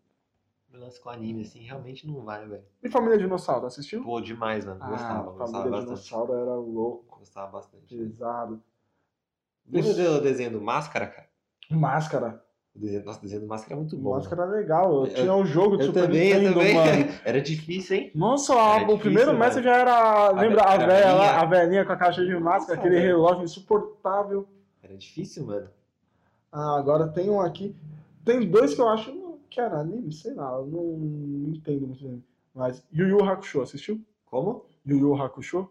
meu lance com anime, assim, realmente não vai, velho.
E Família Dinossauro, assistiu?
Pô, demais, mano. Gostava,
ah,
gostava
Família
bastante.
Dinossauro era louco,
Gostava bastante.
pesado.
Lembra
Nossa.
do desenho do Máscara, cara?
Máscara.
O desenho, nossa, o desenho do Máscara é muito bom.
Máscara era legal. Eu
Eu-
tinha o jogo
mano.
de
Eu
Super
também, eu
Nintendo,
também.
mano.
Era difícil, hein?
Nossa, a-
Era
o primeiro
difícil,
mestre já era. Lembra a
era
velha
velhinha.
lá? A velhinha com a caixa de máscara,
Nossa,
aquele
velho.
relógio insuportável.
Era difícil, mano.
Ah, agora tem um aqui. Tem dois que eu acho não, que era anime, sei lá, eu não, não entendo muito anime. Mas Yu Yu Hakusho, assistiu?
Como?
Yu Yu Hakusho?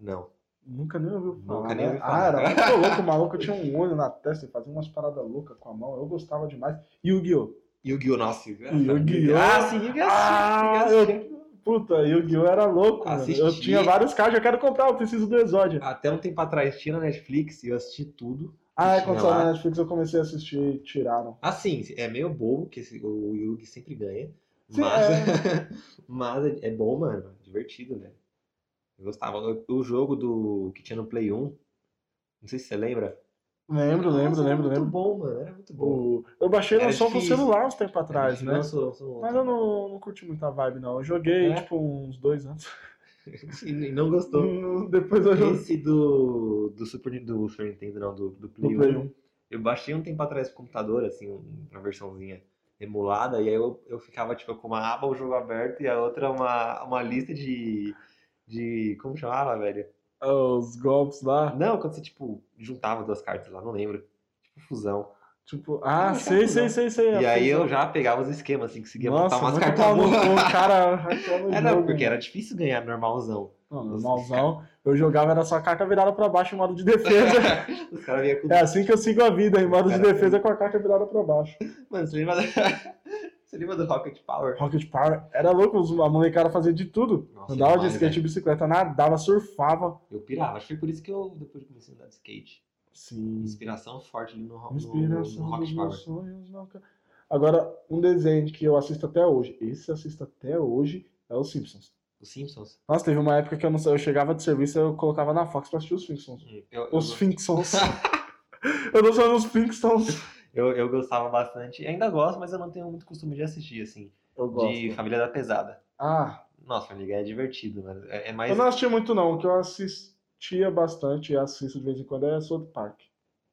Não.
Nunca nem ouviu falar.
Nunca
né?
nem ouvi
Ah,
falar.
era muito louco, o maluco tinha um olho na testa e fazia umas paradas loucas com a mão. Eu gostava demais. Yu-Gi-Oh!
Yu-Gi-Oh! Nossa,
Yu-Gi-Oh!
Ah, sim, Yu-Gi-Oh!
Ah,
sim, Yu-Gi-Oh!
Puta, Yu-Gi-Oh! era louco, mano. Eu
Assisti.
tinha vários cards, eu quero comprar, eu preciso do Exódia.
Até um tempo atrás tinha na Netflix e eu assisti tudo.
Ah, quando
Tinha
saiu
lá.
na Netflix eu comecei a assistir e tiraram.
Assim, é meio bobo, que esse- o Yugi sempre ganha.
Sim,
mas mas é, é bom, mano. é Divertido, né? Eu gostava. O, o jogo do que tinha no Play 1. Não sei se você lembra.
Lembro, lembro,
Nossa, era
lembro,
muito
lembro.
bom, mano. Era muito bom.
O- Eu baixei
Era
ele só pro
difícil.
celular uns tempos atrás, né?
Lançou, lançou. um
Mas eu não, não curti muito a vibe, não. Eu joguei,
É?
tipo, uns dois anos.
E e não gostou.
Depois eu joguei
Esse do, do, Super, do Super Nintendo, não, do, do
no
Play 1.
Play 1.
Eu baixei um tempo atrás pro computador, assim, um- uma versãozinha emulada, e aí eu, eu ficava, tipo, com uma aba o jogo aberto e a outra uma, uma lista de, de. Como chamava, velho?
Os golpes lá.
Não, quando você, tipo, juntava duas cartas lá, não lembro. Tipo, fusão.
Tipo, ah,
Não,
sei,
não.
sei, sei, sei.
E aí
Nossa,
eu já pegava os esquemas, assim, conseguia
É, Nossa,
montar umas
muito
cartas
pau no
boas.
cu, o cara hackeando o
É, não,
jogo,
porque
mano.
era difícil ganhar normalzão.
Não, normalzão. Eu jogava, era só a carta virada pra baixo em modo de defesa.
Os caras vinham com.
É assim que eu sigo a vida, em modo de
Cara,
defesa com a carta virada pra baixo.
Mano, você lembra, da... você lembra do Rocket Power?
Rocket Power era louco, os- a molecada fazia de tudo.
Nossa,
Andava
demais, né?
de skate,
velho.
bicicleta, nadava, surfava.
Eu pirava, acho que foi por isso que eu, depois de comecei a andar de skate.
Sim.
Inspiração forte ali no, no, no
Inspiração dos
Rocket Power.
meus sonhos não ca- Agora, um desenho que eu assisto até hoje, esse eu assisto até hoje, é os Simpsons.
Os Simpsons.
Nossa, teve uma época que eu não sei, eu chegava de serviço e eu colocava na Fox pra assistir os Simpsons.
Eu,
Os
eu,
Finksons. eu não sou os Finksons.
eu, eu gostava bastante. Ainda gosto, mas eu não tenho muito costume de assistir, assim.
Eu gosto.
De Família da Pesada.
Ah,
Nossa, Família Guy é divertido, mano. É, é mais.
eu não assisti muito não, o que eu assistia bastante e assisto de vez em quando é South Park.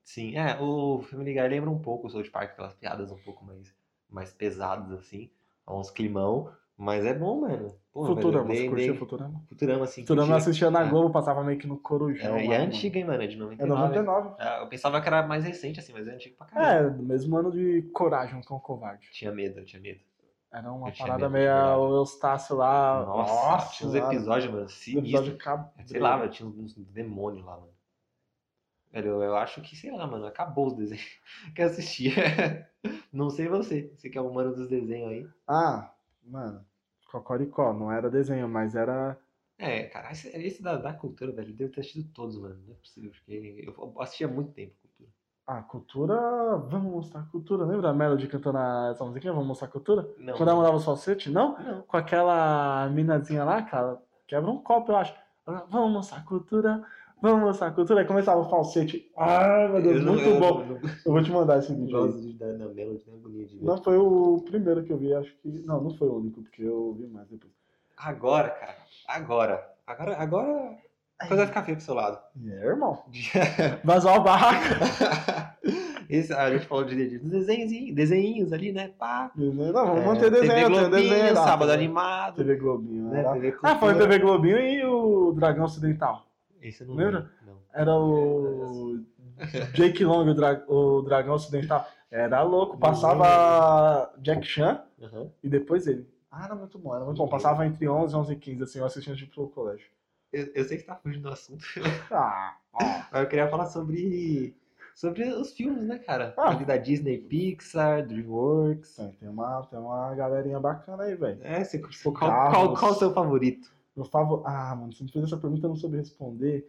Sim, é. O Family Guy lembra um pouco o South Park, aquelas piadas um pouco mais, mais pesadas, assim. Há uns climão. Mas é bom, mano. Pô,
Futurama,
velho,
você
eu dei-
curtia
dei-
Futurama?
Futurama, assim.
Futurama eu
curtia.
assistia na
É.
Globo, passava meio que no Corujão.
É,
lá,
e é
mano.
antiga, hein, mano? É de
É
99.
99.
É, eu pensava que era mais recente, assim, mas é antigo pra caramba.
É, do mesmo ano de Coragem, um cão covarde.
Tinha medo, eu tinha medo.
Era uma
Eu tinha
parada
medo, de
meio
verdade.
o Eustácio lá.
Nossa, tinha uns
lá,
episódios, mano,
um
sinistros.
Ah, episódio cabreiro.
Sei lá, velho, tinha uns demônios lá, mano. Velho, eu, eu acho que, sei lá, mano, acabou os desenhos que eu assistia. Não sei você, você que é o humano dos desenhos aí.
Ah, mano. Cocoricó, não era desenho, mas era.
É, cara, esse, esse da, da cultura, velho, eu devo ter assistido todos, mano. Não é possível, porque eu assistia há muito tempo cultura.
Ah, cultura. Vamos mostrar a cultura. Lembra a Melody cantando essa musiquinha? Vamos mostrar a cultura?
Não,
Quando ela mandava os falsetes? Não?
não.
Com aquela minazinha lá, cara. Quebra um copo, eu acho. Ela, Vamos mostrar a cultura. Vamos lançar a cultura. Aí começava o falsete. Ah, meu Deus, muito bom.
Eu, não
Eu vou te mandar esse vídeo. aí.
gosto de dar na Melody, não é bonito de ver.
Não foi o primeiro que eu vi, acho que. Não, não foi o único, porque eu vi mais depois.
Agora, cara. Agora. Agora, agora a coisa vai ficar feia pro seu lado.
É, irmão. Vazar o barraco.
Esse- a gente falou de, de desenhinhos, desenhinhos ali, né? Pá.
Não, vamos
É,
manter desenho,
TV
tem
Globinho,
desenho. lá.
Sábado Animado.
TV Globinho,
Né?
né?
TV
Ah, foi o
Cultura.
TV Globinho e o Dragão Ocidental.
Esse eu não
Lembra?
lembro, Não.
Era o Jake Long, o, dra- o Dragão Ocidental. Era louco, passava Jack Chan
Aham.
e depois ele. Ah, era muito bom, era muito bom. Passava entre 11 e 11 e 15, assim, eu assistindo tipo o colégio.
Eu, eu sei que você tá fugindo do assunto,
Ah, ó.
mas eu queria falar sobre, sobre os filmes, né, cara?
Ah.
Ali da Disney, Pixar, DreamWorks.
Tem- Tem uma, tem uma galerinha bacana aí, velho.
É, você, qual, qual, qual o seu favorito?
Meu favor. Ah, mano, você me fez essa pergunta, eu não soube responder.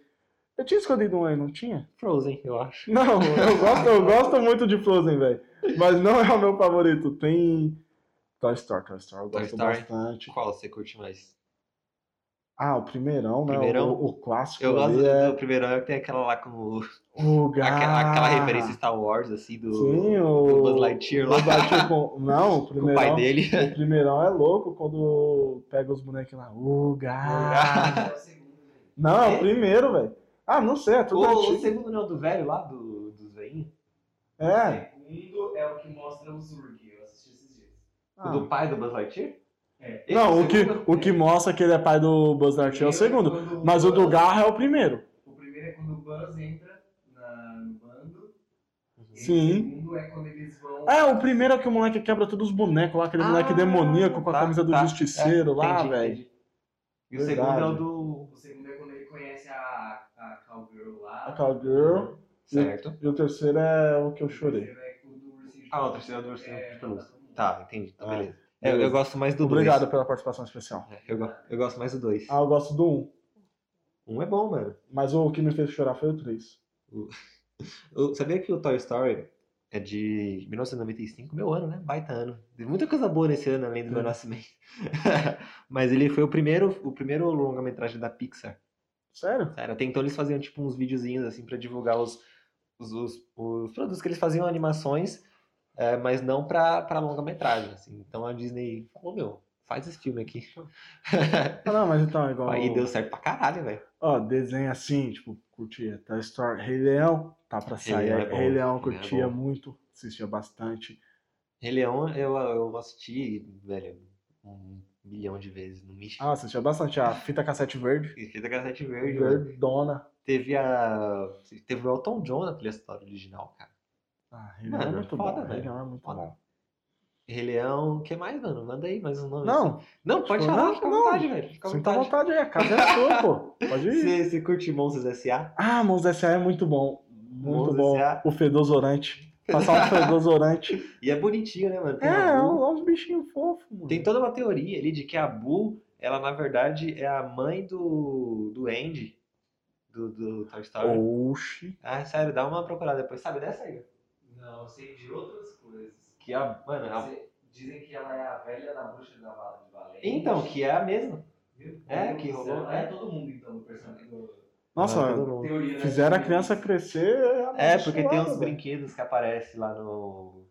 Eu tinha escolhido um aí, não tinha?
Frozen, eu acho.
Não, eu gosto, eu gosto muito de Frozen, velho. Mas não é o meu favorito. Tem Toy Story, Toy Story, eu
Toy
gosto
Story.
bastante.
Qual você curte mais?
Ah, o primeirão, né?
Primeirão?
O, o clássico.
Eu gosto
ali é
do primeiro, é que tem aquela lá com o-
o
aque- aquela,
Garra.
referência Star Wars, assim, do,
Ah. Sim,
do
o.
Buzz Lightyear lá,
Buzz Lightyear com- Não, o
com o
primeirão.
pai dele.
O primeirão é louco quando pega os bonequinhos lá. O Garra.
Ah, é o segundo, velho.
Não, é
É?
o primeiro, velho. Ah, não sei, é
O,
tudo
o
antigo.
segundo não, do velho lá, do, dos veinhos.
É.
O segundo é o que mostra o Zurg. Eu assisti esses dias.
O do pai do Buzz Lightyear?
É.
Esse
Ah. Não, o que,
segundo?
o que mostra que ele é pai do Buzz Lightyear é o segundo.
quando
Mas o do
Buzz-
Garra é o primeiro.
O primeiro é quando o Buzz entra na- no bando. e
Sim.
O segundo é quando eles vão.
É, o primeiro é que o moleque quebra todos os bonecos lá, aquele moleque
Ah,
demoníaco com a
tá,
camisa do
tá.
justiceiro lá,
Entendi,
velho.
entendi. E o
Verdade.
segundo é o do.
O segundo é quando ele conhece a, a Cowgirl lá.
A Cowgirl.
Certo.
E o terceiro é o que eu
O
chorei.
terceiro é o do ursinho de
Ah, o
pelúcia.
terceiro é do ursinho de
É,
pelúcia.
todo mundo.
Tá, entendi. Tá,
Ah,
beleza. É, Eu, eu
beleza.
gosto mais do
Obrigado
dois.
pela participação especial.
É, Eu, go- eu gosto mais do dois.
Ah, eu gosto do um,
Um é bom, mano.
mas o que me fez chorar foi o três.
Eu sabia que o Toy Story é de 1995, meu ano, né? Baita ano. Tem muita coisa boa nesse ano, além do meu
Sim.
nascimento. Mas ele foi o primeiro, o primeiro longa-metragem da Pixar.
Sério?
Sério, até então eles faziam tipo uns videozinhos assim pra divulgar os, os, os, os produtos que eles faziam animações, é, mas não pra, pra longa-metragem. assim. Então a Disney falou, meu, faz esse filme aqui.
Ah, não, mas então, é igual.
Aí deu certo pra caralho, velho.
Ó, desenho assim, tipo, curtia. Toy Story. Rei Leão, tá pra
Rei
sair.
Leão é
Rei
bom.
Leão,
Rei Leão é
curtia
bom.
muito, assistia bastante.
Rei Leão eu, eu assisti, velho, um milhão de vezes. Não me
Ah, assistia bastante. A fita cassete verde.
E fez a cassete verde, mano.
Verdona.
Teve a. Teve o Elton John na trilha sonora original, cara.
Ah, Rei Leão é
Mano,
muito
foda,
bom.
velho.
Rei Leão é muito
Foda.
bom.
Rei Leão, o que mais, mano? Manda aí mais um nome.
Não,
não pode
tipo,
falar,
não,
fica à
não.
vontade, velho. Fica à
sinta à
vontade.
vontade aí, a casa é sua, pô. Pode ir.
Você, você curte Monstros S.A.?
Ah, Mons S.A. é muito bom. Muito
Mons
bom.
S.A..
O fedozorante. Passar um fedozorante.
E é bonitinho, né, mano?
é,
Tem,
é
a
um,
Boo.
é uns bichinhos fofos, mano.
Tem toda uma teoria ali de que a Boo, ela na verdade é a mãe do, do Andy, do, do Toy
Oh.
Story.
Oxi.
Ah, sério, dá uma procurada depois, sabe dessa aí?
Não, eu sei de outras coisas.
Que a. Mano, a-
Você- Dizem que ela é a velha da bruxa da Val- de Valente.
Então, que é a mesma.
Viu?
é,
Meu
que
Deus do
rolou,
céu,
né?
É todo mundo, então, do personagem. do-
Ah,
Nossa,
todo mundo.
Teoria, né?
fizeram a criança crescer.
É, porque tem uns
abençoada, velho.
brinquedos que aparecem lá no,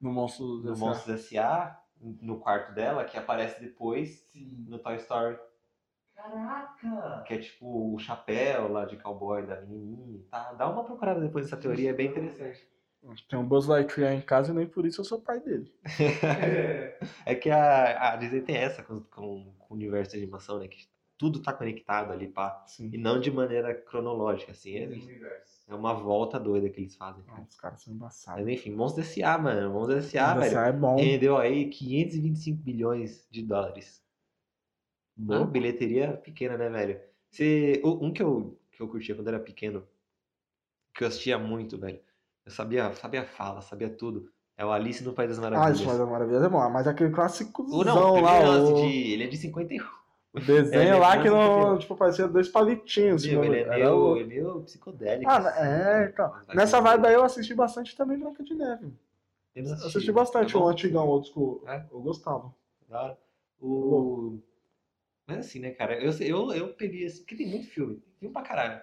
No monstro
no
do
Monstros S.A., no quarto dela, que aparece depois
Sim.
no Toy Story,
Caraca!
que é tipo o chapéu lá de cowboy da menininha, tá? Dá uma procurada depois dessa teoria, é bem interessante.
Tem um Buzz Lightyear em casa e nem por isso eu sou pai dele.
É que a, a Disney tem essa com, com- com o universo de animação, né? Que tudo tá conectado ali, pá.
Ah, Sim.
E não de maneira cronológica, assim.
Esse
É,
um universo.
é uma volta doida que eles fazem,
Ah,
cara.
os caras são embaçados.
Mas enfim, Monstros S.A., mano. Monstros S.A.,
Mons
velho.
S.A. é bom.
Rendeu aí 525 bilhões de dólares. Ah,
Bom.
bilheteria pequena, né, velho? Você, o- um que eu, que eu curtia quando era pequeno, que eu assistia muito, velho. Eu sabia, sabia a fala, sabia tudo. É o Alice no País das
Ah, isso
Maravilhas.
é maravilhoso, é bom. Mas aquele clássico
Ou não, primeiro
lá,
lance
o...
de- ele é de 51.
O desenho
É,
lá
depois
que
eu
não,
entendi.
tipo, parecia dois palitinhos.
Meu,
assim,
ele, é
era
meio,
o-
ele é meio psicodélico.
Ah,
assim,
é,
né?
então.
Mas vai
Nessa
que-
vibe aí eu assisti bastante também Branca de Neve.
Eu não
Eu
assisti,
assisti bastante
tá
o
bom?
antigão, o old school.
É?
Eu gostava.
Da hora.
Tá
O... Mas assim, né, cara? Eu, eu, eu peguei. Assim, porque tem muito filme. Tem filme pra caralho.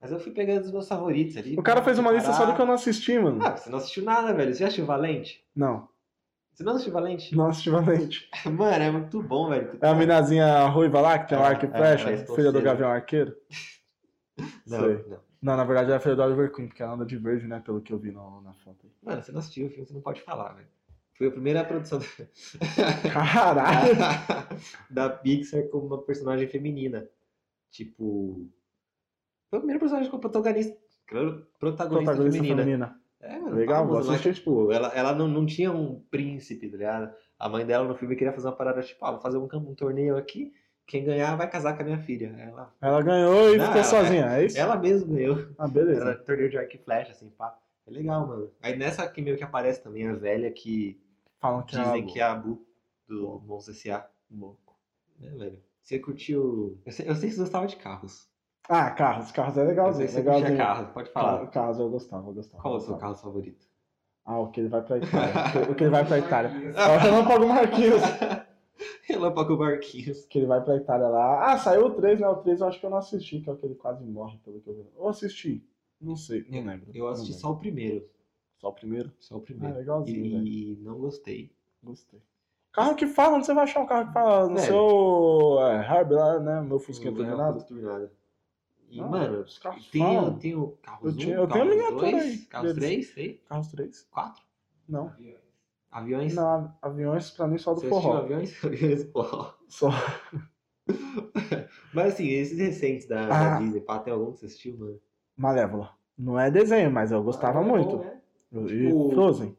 Mas eu fui pegando os meus favoritos ali. né,
O cara fez uma lista só do que eu não assisti, mano.
Ah, você não assistiu nada, velho. Você já assistiu Valente?
Não,
Você não assistiu Valente?
não assisti Valente.
Mano, é muito bom, velho.
É a minazinha ruiva lá, que tem o
É,
arco e
é,
flecha,
é
filha do
escocesa.
Gavião Arqueiro.
Não,
Sei.
não.
Não, na verdade é a filha do Oliver Queen, porque ela anda de verde, né, pelo que eu vi na, na foto.
Mano, você não assistiu o filme, você não pode falar, velho. Foi a primeira produção do-
Caralho!
da Pixar como uma personagem feminina. Tipo. Foi a primeira personagem com protagonista, protagonista,
Protagonista
feminina.
feminina.
É, mano,
Legal,
famosa,
vou
mas,
assistir.
tipo, ela, ela não, não tinha um príncipe, tá ligado? A mãe dela no filme queria fazer uma parada, tipo, ah, vou fazer um, cam- um torneio aqui, quem ganhar vai casar com a minha filha. Ela,
Ela ganhou e
Não,
ficou
ela-
sozinha, é isso?
ela mesma ganhou.
Ah, beleza.
Era torneio de arco e flecha, assim, pá. É legal, mano. Aí nessa aqui meio que aparece também a velha que
Falam que
dizem
é
que é a Bu do Mons S.A.
louco.
É, velho. Você curtiu. Eu sei, eu sei que você gostava de carros.
Ah, carros. Carros é legalzinho.
eu sei que você curtia
legalzinho.
carros, pode falar.
Car- Carros eu gostava, eu gostava.
Qual é o seu
gostava.
carro favorito?
Ah, o que ele vai pra Itália. O que ele vai pra Itália.
Marquinhos.
Ah, Eu não pago Marquinhos.
Relâmpago Barquinhos.
Que ele vai pra Itália lá. Ah, saiu o 3, né? O 3 eu acho que eu não assisti, que é o que ele quase morre, pelo que eu vi. Ou assisti. Não sei, não lembro.
Eu assisti
Não lembro.
só o primeiro.
só o primeiro.
Só o
Ah,
primeiro.
legalzinho, velho.
E, e não gostei.
Gostei. Carro que fala, onde você vai achar um carro que fala? No
Velho.
seu é, Harb lá, né? Meu Fusquinha
Não, é
turbinado.
não turbinado. E,
Ah,
mano,
os carros
tem,
falam.
tem o carro
Eu
1,
tinha- eu tenho um a miniatura aí
carros
deles.
3, tem?
Carros 3?
Quatro?
Não.
Aviões?
Não, av- aviões pra mim só do
Você assistiu
forró.
aviões? Aviões, porra.
Só.
Mas assim, esses recentes da, da
Ah.
Disney, pá, tem algum que você assistiu, mano?
Malévola. Não é desenho, mas eu gostava
Ah, é bom,
muito.
né?
E
Tipo-
Frozen.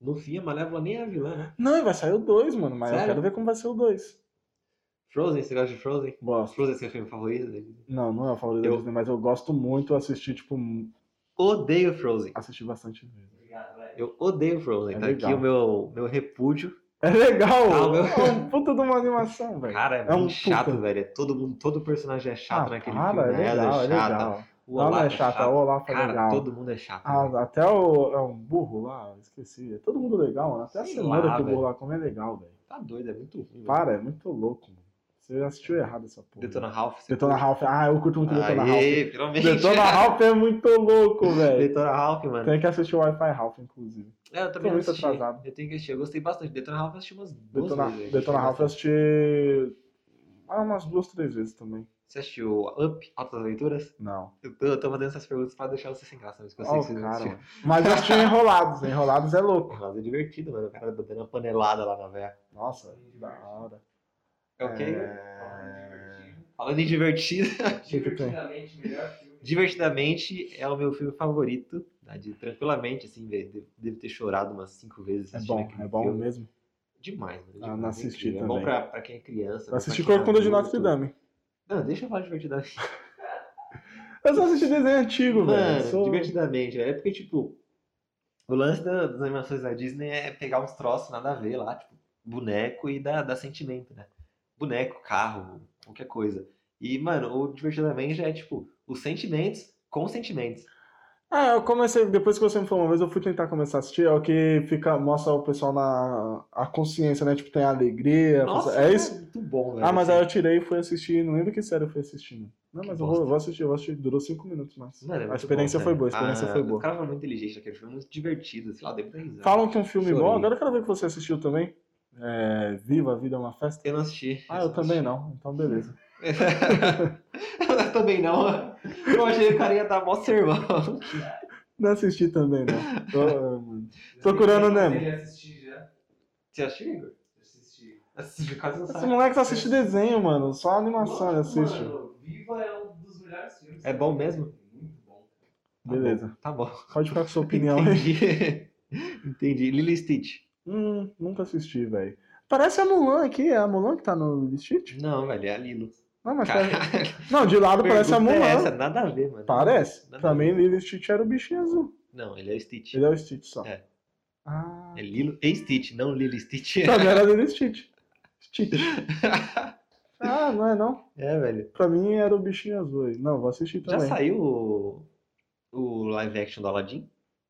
No fim, a Malévola nem é a vilã, né?
Não, e vai sair o 2, mano. Mas eu
Sério?
quero ver como vai ser o 2.
Frozen, você gosta de Frozen?
Gosto.
Frozen é seu filme favorito? David?
Não, não é o favorito da
Eu-
Disney, mas eu gosto muito de assistir, tipo,
Odeio Frozen.
assistir bastante vezes.
Obrigado, velho.
Eu odeio Frozen.
É
tá
legal.
aqui o meu, meu repúdio.
É legal!
Ah, meu-
É um puta de uma animação, velho.
Cara, é,
É um
muito chato,
puta.
velho. É todo, mundo, todo personagem é chato naquele
para,
filme.
é
Ela
legal,
é
é
chata.
legal.
O
Ela
Olaf
é chata, o Olaf é
Cara,
legal.
todo mundo é chato. velho.
Ah, até o. É um burro lá, esqueci. É todo mundo legal, né? Até a
Sei
cenoura
lá,
que o burro
velho.
lá come é legal, velho.
Tá doido, é muito ruim. velho.
Para, é muito louco, mano. Você assistiu errado essa porra.
Detona Ralph. você
Detona
curte?
Ralph. Ah, eu curto muito Detona Ralph.
Aê, finalmente.
Detona Ralph é muito louco, velho.
Detona Ralph, mano.
Tem que assistir o Wi-Fi Ralph, inclusive.
É, eu também
Tô
não
muito
assisti.
atrasado.
Eu tenho que assistir. Eu gostei bastante. Detona Ralph eu assisti umas duas
Detona,
vezes. velho.
Detona Ralph eu assisti. Ah, umas duas, três vezes também.
Você assistiu Up, Altas Aventuras?
Não.
Eu tô, eu tô fazendo essas perguntas pra deixar você sem graça, mas que eu sei
Ó,
que
o
você não
Oh, cara,
assistiu.
mano. Mas eu assisti Enrolados. Enrolados é louco.
Mas é divertido, mano. O cara dando uma panelada lá na véia.
Nossa, que da hora.
É o quê? Ah.
É...
Falando em divertido,
é Divertidamente, melhor filme.
Divertidamente é o meu filme favorito. Tá? De, tranquilamente, assim, velho. de- Devo ter chorado umas cinco vezes.
É
assistindo
bom,
aquele
é bom
filme.
mesmo.
Demais, mano.
Ah,
demais,
não
é
assisti
incrível. É bom
também.
pra, pra quem é criança.
Eu
pra
assisti
quem é
Corcunda de
adulto.
Notre Dame.
Não, deixa eu falar divertidamente.
Eu só assisti desenho antigo, velho.
Mano,
Eu Sou...
divertidamente, velho. É porque, tipo, o lance da- das animações da Disney é pegar uns troços nada a ver lá, tipo, boneco e dá, dá sentimento, né? Boneco, carro, qualquer coisa. E, mano, o divertidamente já é, tipo, os sentimentos com sentimentos.
Ah, eu comecei, depois que você me falou uma vez, eu fui tentar começar a assistir, é o que fica, mostra o pessoal na a consciência, né? Tipo, tem a alegria.
Nossa,
é isso?
muito bom, velho.
Ah, mas aí
assim.
eu tirei e fui assistir, não lembro que série eu fui assistindo. Não, mas
Que
eu vou,
bosta.
vou assistir, eu vou assistir, durou cinco minutos mais.
Mano, é
a
muito
experiência
bom,
foi
velho.
boa, a experiência
Ah,
foi
O
boa.
cara foi muito inteligente naquele filme, muito divertido, sei lá, deu pra risada.
Falam que um filme
Chorei.
bom, agora eu quero ver que você assistiu também. É, Viva a Vida é uma Festa.
Eu não assisti.
Ah, eu também não, então beleza.
eu também não. Eu achei que o cara ia dar mó sermão.
Não assisti também, não. Tô, ah, mano. Procurando Nemo.
Ele assistir já.
Você assistiu, Igor?
Assisti.
Assisti, quase não
Esse
sabe.
moleque só assiste desenho, mano. Só animação ele
Nossa,
Tá
assiste.
mano, Viva é um dos melhores filmes.
É bom mesmo?
Muito bom.
Beleza.
Tá bom.
Pode ficar com sua opinião né? aí.
Entendi. Entendi. Lily Stitch.
Hum, nunca assisti, velho. Parece a Mulan aqui, é a Mulan que tá no Lilo Stitch?
Não, velho, é a Lilo.
Não, mas
Caralho,
parece- Não, de lado parece a
pergunta é essa,
Mulan.
nada a ver, mano.
Parece.
Nada a
Pra
ver.
mim, Lilo Stitch era o bichinho azul.
Não, ele é o Stitch.
Ele é o Stitch só.
É.
Ah.
É Lilo e Stitch, não Lily Stitch.
Pra mim era Lilo Stitch. Stitch. Ah, não é não.
É, velho.
Pra mim era o bichinho azul aí. Não, vou assistir
Já
também.
saiu o... o live action do Aladdin?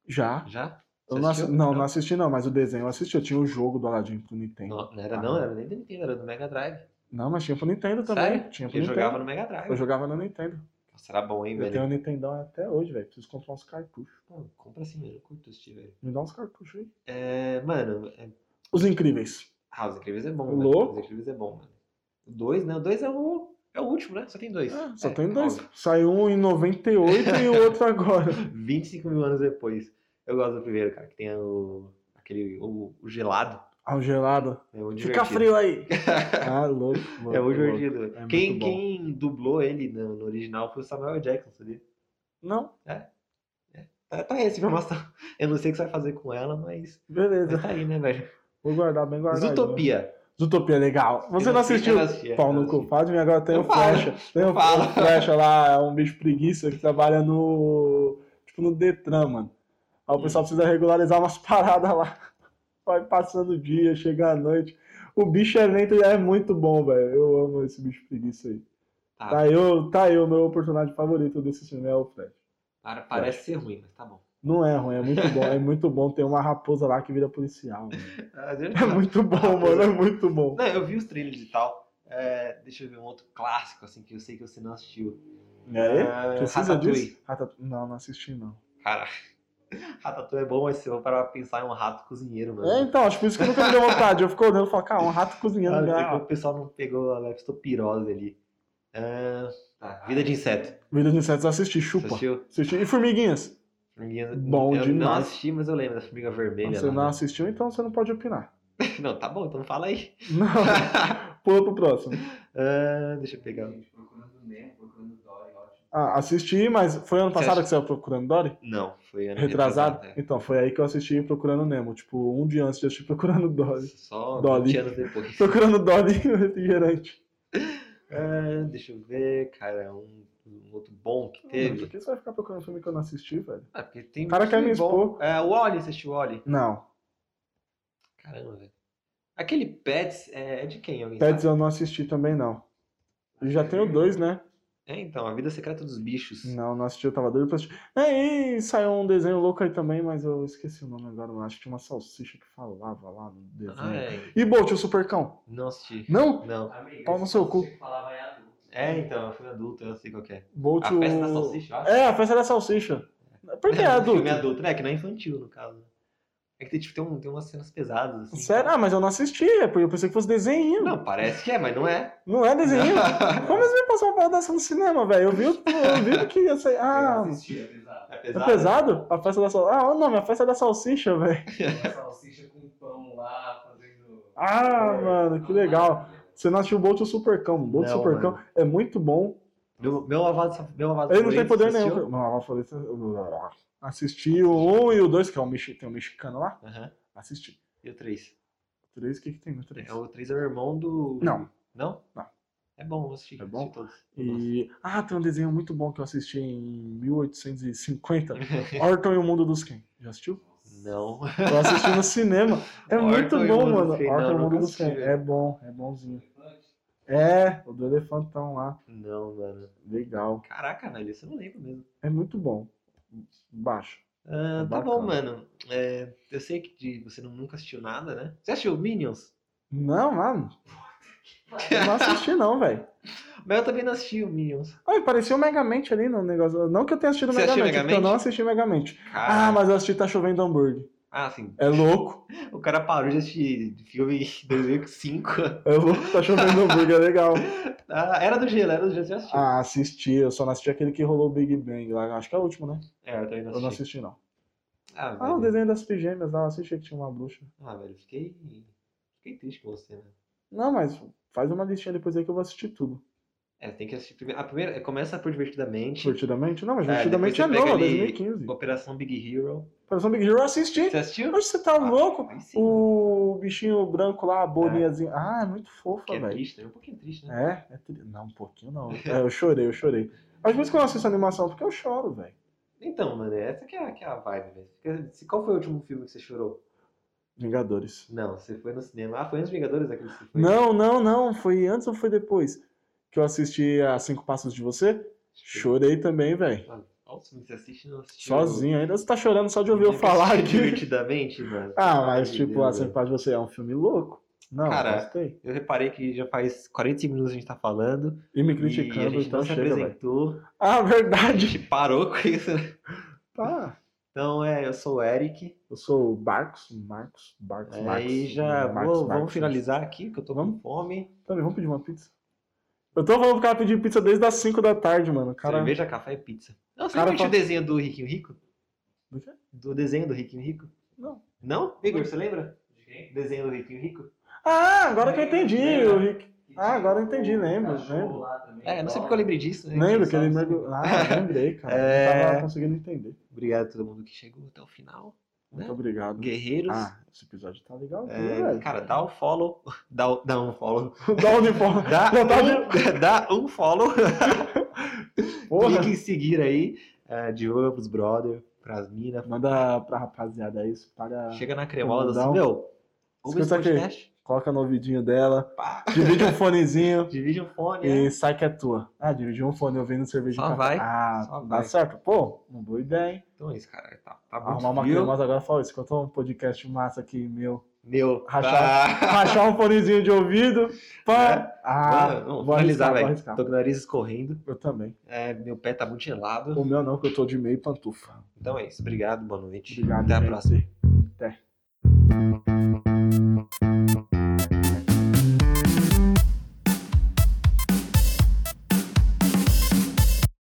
Já?
Já?
Eu
Você
não,
assistiu?
assi- não, não assisti não, mas o desenho eu assisti. Eu tinha o jogo do Aladdin pro Nintendo.
Não, não era não, era nem do Nintendo, era do Mega Drive.
Não, mas tinha pro Nintendo Ah. também.
Sério?
Tinha pro
Eu
Nintendo.
jogava no Mega
Eu
Drive.
jogava no Nintendo.
Será bom, hein,
Eu tenho
velho?
um Nintendão até hoje, velho. Preciso comprar uns cartuchos.
Pô, compra assim mesmo, eu curto esse velho.
Me dá uns cartuchos aí.
É, mano, é...
Os Incríveis.
ah, Os Incríveis é bom,
O
né?
louco.
Os Incríveis é bom, mano. O dois, né? O dois é o, é o último, né? Só tem dois.
Ah, só
É,
tem dois.
óbvio.
Saiu um em 98 e o outro agora.
25 mil anos depois. Eu gosto do primeiro, cara, que tem o, aquele, o, o gelado.
Ah, o gelado.
É muito
Fica
divertido.
frio aí. Ah, louco, louco.
É muito
louco.
divertido.
É muito
quem,
bom.
quem dublou ele no, no original foi o Samuel Jackson, sabia?
Não,
Tá, tá aí essa informação. Eu não sei o que você vai fazer com ela, mas
beleza.
mas tá aí, né, velho?
Vou guardar bem guardado. né?
Zootopia.
Zootopia, é legal. Você
Eu
não
assisti,
assistiu?
eu assisti, eu
Pau no
assisti.
cu. Fala de mim, agora tem
Eu
o
falo,
Flecha. Tem o
falo.
o Flecha lá, é um bicho preguiça que trabalha no. Tipo, no Detran, mano. Aí o pessoal precisa regularizar umas paradas lá. Vai passando o dia, chega a noite. O bicho é lento e é muito bom, velho. Eu amo esse bicho preguiça aí.
Tá,
Tá aí, o- tá aí o meu personagem favorito desse filme é o Flash.
para- parece ser ruim, mas tá bom.
Não é ruim, é muito bom, é muito bom. Tem uma raposa lá que vira policial. mano. É muito bom, mano, é muito bom.
Não, eu vi os trailers e tal. É, deixa eu ver um outro clássico, assim, que eu sei que você não assistiu.
E aí?
Ah,
É? Precisa
Ratatouille.
disso? Ratatouille. Não, não assisti, não.
Cara, Ratatouille é bom, mas se eu parar pra pensar em um rato cozinheiro, mano.
É, então, acho por isso que nunca me deu vontade. Eu fico olhando e falo, cara, um rato cozinhando.
Sabe, porque
né?
Ah, o pessoal não pegou a leptopirose ali. Ah, tá, vida de inseto.
Vida de insetos eu assisti,
Você
chupa.
assistiu?
Assisti. E formiguinhas?
Formiguinha-
Bom
eu não
demais.
assisti, mas eu lembro da formiga vermelha.
Você
lá,
não
né?
assistiu, então você não pode opinar.
Não, tá bom, então fala aí.
Não, pula pro próximo.
Ah, deixa eu pegar.
Gente, procurando Nemo, procurando Dory, ótimo.
Ah, assisti, mas foi ano
Você
passado
acha-
que você ia procurando Dory?
Não, foi ano
Retrasado?
é.
Então, foi aí que eu assisti Procurando Nemo. Tipo, um dia antes de assistir Procurando Dory.
é. Só
Dolly.
20 anos depois.
Procurando Dory e o refrigerante.
Ah, deixa eu ver, cara, um, um outro bom que
Mano,
teve.
Por que você vai ficar procurando filme que eu não assisti, velho?
Ah, porque tem
O cara
muito
quer me
filme
expor.
É, o Oli, você assistiu o Oli?
Não.
Caramba, velho. Aquele Pets é, é de quem? Alguém sabe?
Pets eu não assisti também, não. E já tenho dois, né?
É, então, A Vida Secreta dos Bichos.
Não, não assisti, eu tava doido pra assistir. É, e saiu um desenho louco aí também, mas eu esqueci o nome agora. Eu acho que tinha uma salsicha que falava lá no desenho.
Ah, é.
E Bolt, o supercão?
Não assisti.
Não?
Não.
Amiga,
Pau no seu cu.
você falava em adulto.
É, então, eu fui adulto, eu sei qual que é.
Bolt,
A
o...
Festa da Salsicha, eu acho.
É, a festa da salsicha. Por que é adulto?
Filme adulto, né? Que não é infantil, no caso. É que tem, tipo, tem, um- tem umas cenas pesadas, assim.
Sério? Ah, mas eu não assisti, é porque eu pensei que fosse desenho. Não,
Não, parece que é, mas não é.
é desenho? Como eles me passaram uma dessa no cinema, velho? Eu vi, o- eu vi o que ia sair. Ah,
Eu assistia, pesado.
É
é
pesado.
pesado? A festa da salsicha. Ah, o nome, a festa da salsicha, velho.
Uma salsicha com pão lá, fazendo.
Ah, mano, que legal. Você não assistiu o Bolt, o supercão. O Bolt, o
Não,
supercão é muito bom.
Meu, meu avado, meu avado
Ele não tem
favorito,
poder
você
nenhum.
assistiu?
Não, eu falei. Assisti o 1 e o 2, que é o mexi- tem um mexicano lá.
Aham.
Assisti.
E o 3?
O 3, o que, que tem no 3?
É, o 3 é o irmão do...
Não.
Não?
Não.
É bom, eu assisti.
É bom?
assisti todos.
E... Ah, tem um desenho muito bom que eu assisti em 1850. Orton e o Mundo dos Ken. Já assistiu?
Não.
Eu assisti no cinema. É
Orton
muito
e o
bom,
Mundo
mano.
dos Ken,
Orton e
não,
o Mundo
nunca
dos Ken.
assisti,
É bom, é bonzinho. É, o do elefantão lá.
Não, mano.
Legal.
Caraca, velho, isso eu não lembro mesmo.
É muito bom. Baixo.
Ah,
É
tá bom,
bacana.
mano. É, eu sei que de- você não- nunca assistiu nada, né? Você assistiu Minions?
Não, mano. Eu não assisti, não, velho.
Mas eu também não assisti o Minions.
Ai, parecia o Megamente ali no negócio. Não que eu tenha assistido
Você
Megamente,
assistiu
porque eu
Megamente?
não assisti Megamente. Ah,
Cara,
mas eu assisti Tá Chovendo Hambúrguer.
ah, sim.
É louco.
O cara parou de assistir filme em 2005.
É louco, Tá Chovendo Hambúrguer, é legal.
Ah, era do gelo, era do gelo, você assistiu.
Ah, assisti. Eu só não assisti aquele que rolou o Big Bang lá. Acho que é o último, né?
É, eu também não
Eu não
assisti.
assisti, não.
Ah,
Ah,
velho.
o desenho das trigêmeas lá. Eu assisti que tinha uma bruxa.
Ah, velho, fiquei... Fiquei triste com você, né?
Não, mas faz uma listinha depois aí que eu vou assistir tudo.
É, tem que assistir primeiro. A primeira, começa por Divertidamente.
Divertidamente? Não, mas
É,
Divertidamente é
depois você
nova,
pega ali-
2015.
Operação Big Hero.
Operação um Big Hero eu assisti.
Você assistiu?
Mas você tá
Ah,
louco?
aí sim, mano.
O bichinho branco lá, a bolinhazinha. Ah, é muito
Que
fofa,
é
velho.
triste, né? Um pouquinho triste, né?
É? é tri- Não, um pouquinho não. É, eu chorei, eu chorei. Às vezes que eu não assisto animação, porque eu choro, velho.
Então, mano, essa que é, que é a vibe, velho. Quer dizer, Qual foi o último filme que você chorou?
Vingadores.
Não, você foi no cinema. Ah, foi nos Vingadores aquele que você foi?
Não, não, não. Foi antes ou foi depois que eu assisti a Cinco Passos de Você? Chorei também, velho.
Tipo, Mano, olha os filmes que você assiste e não assistiu.
Sozinho. Ainda você tá chorando só de ouvir eu
Você
falar
assistiu
aqui.
Divertidamente, mano.
Ah,
Pelo amor
mas
de
tipo,
Deus,
a Cinco
velho.
Passos de Você é um filme louco. Não,
Cara,
gostei.
Eu reparei que já faz 45 minutos que a gente tá falando.
E me
e a
criticando,
gente
então
não se
chega, velho.
apresentou.
Ah,
A
verdade.
gente parou com isso. né?
Tá.
Então é, eu sou o Eric.
Eu sou o Barcos, Marcos, Barcos, Marcos.
Aí É, já
Marcos,
vou-
Marcos.
vamos finalizar aqui, que eu tô com
Vamos?
fome.
Peraí, vamos pedir uma pizza? Eu tô falando pro cara pedir pizza desde as 5 da tarde, mano. Cara,
Cerveja, café e pizza. Não, você
Cara,
lembra
fa-
o desenho do Riquinho Rico?
Do quê?
Do desenho do Riquinho Rico?
Não.
Não? Igor, você lembra?
De quem?
Desenho do Riquinho Rico?
Ah, agora que eu entendi,
Lembra?
o Rick. Ah, agora eu entendi, lembro, lembro.
É, não sei porque eu lembrei disso. né?
Lembro que
Só-
ele mergulhou. Ah, lembrei, cara.
É.
Não tava conseguindo entender.
Obrigado a todo mundo que chegou até o final.
Muito
Né?
obrigado.
Guerreiros.
Ah, esse episódio tá legal,
É,
velho.
cara, dá o follow. Dá, o- dá um follow.
Dá um uniforme.
Dá,
Já tá
um, dá um follow.
Porra.
um Clique em seguir aí. É, divulga pros brother, pras minas.
Manda pra rapaziada aí, espalha.
Chega na cremosa
Dá
assim,
um-
meu. Ouve esse
Escuta aqui.
podcast.
Coloca no ouvidinho dela.
Pá.
Divide um fonezinho.
Divide o fone. é.
E sai que é tua. Ah, dividir um fone ouvindo cerveja
Só
de
vai,
café. Ah,
só
dá
vai.
certo. Pô, uma boa ideia, hein?
Então é isso, cara. Tá, tá muito
Arrumar uma
frio.
cremosa agora e falar, escuta um podcast massa aqui, meu.
Meu.
Rachar.
Ah.
Rachar um fonezinho de ouvido. Pá. Ah,
Mano, não,
vou
vou finalizar,
arriscar, vou
velho.
arriscar.
Tô com o nariz escorrendo.
Eu também.
É, meu pé tá muito gelado.
O meu não, que eu tô de meio pantufa.
Então é isso. Obrigado, boa noite.
Obrigado,
Até a
gente.
próxima.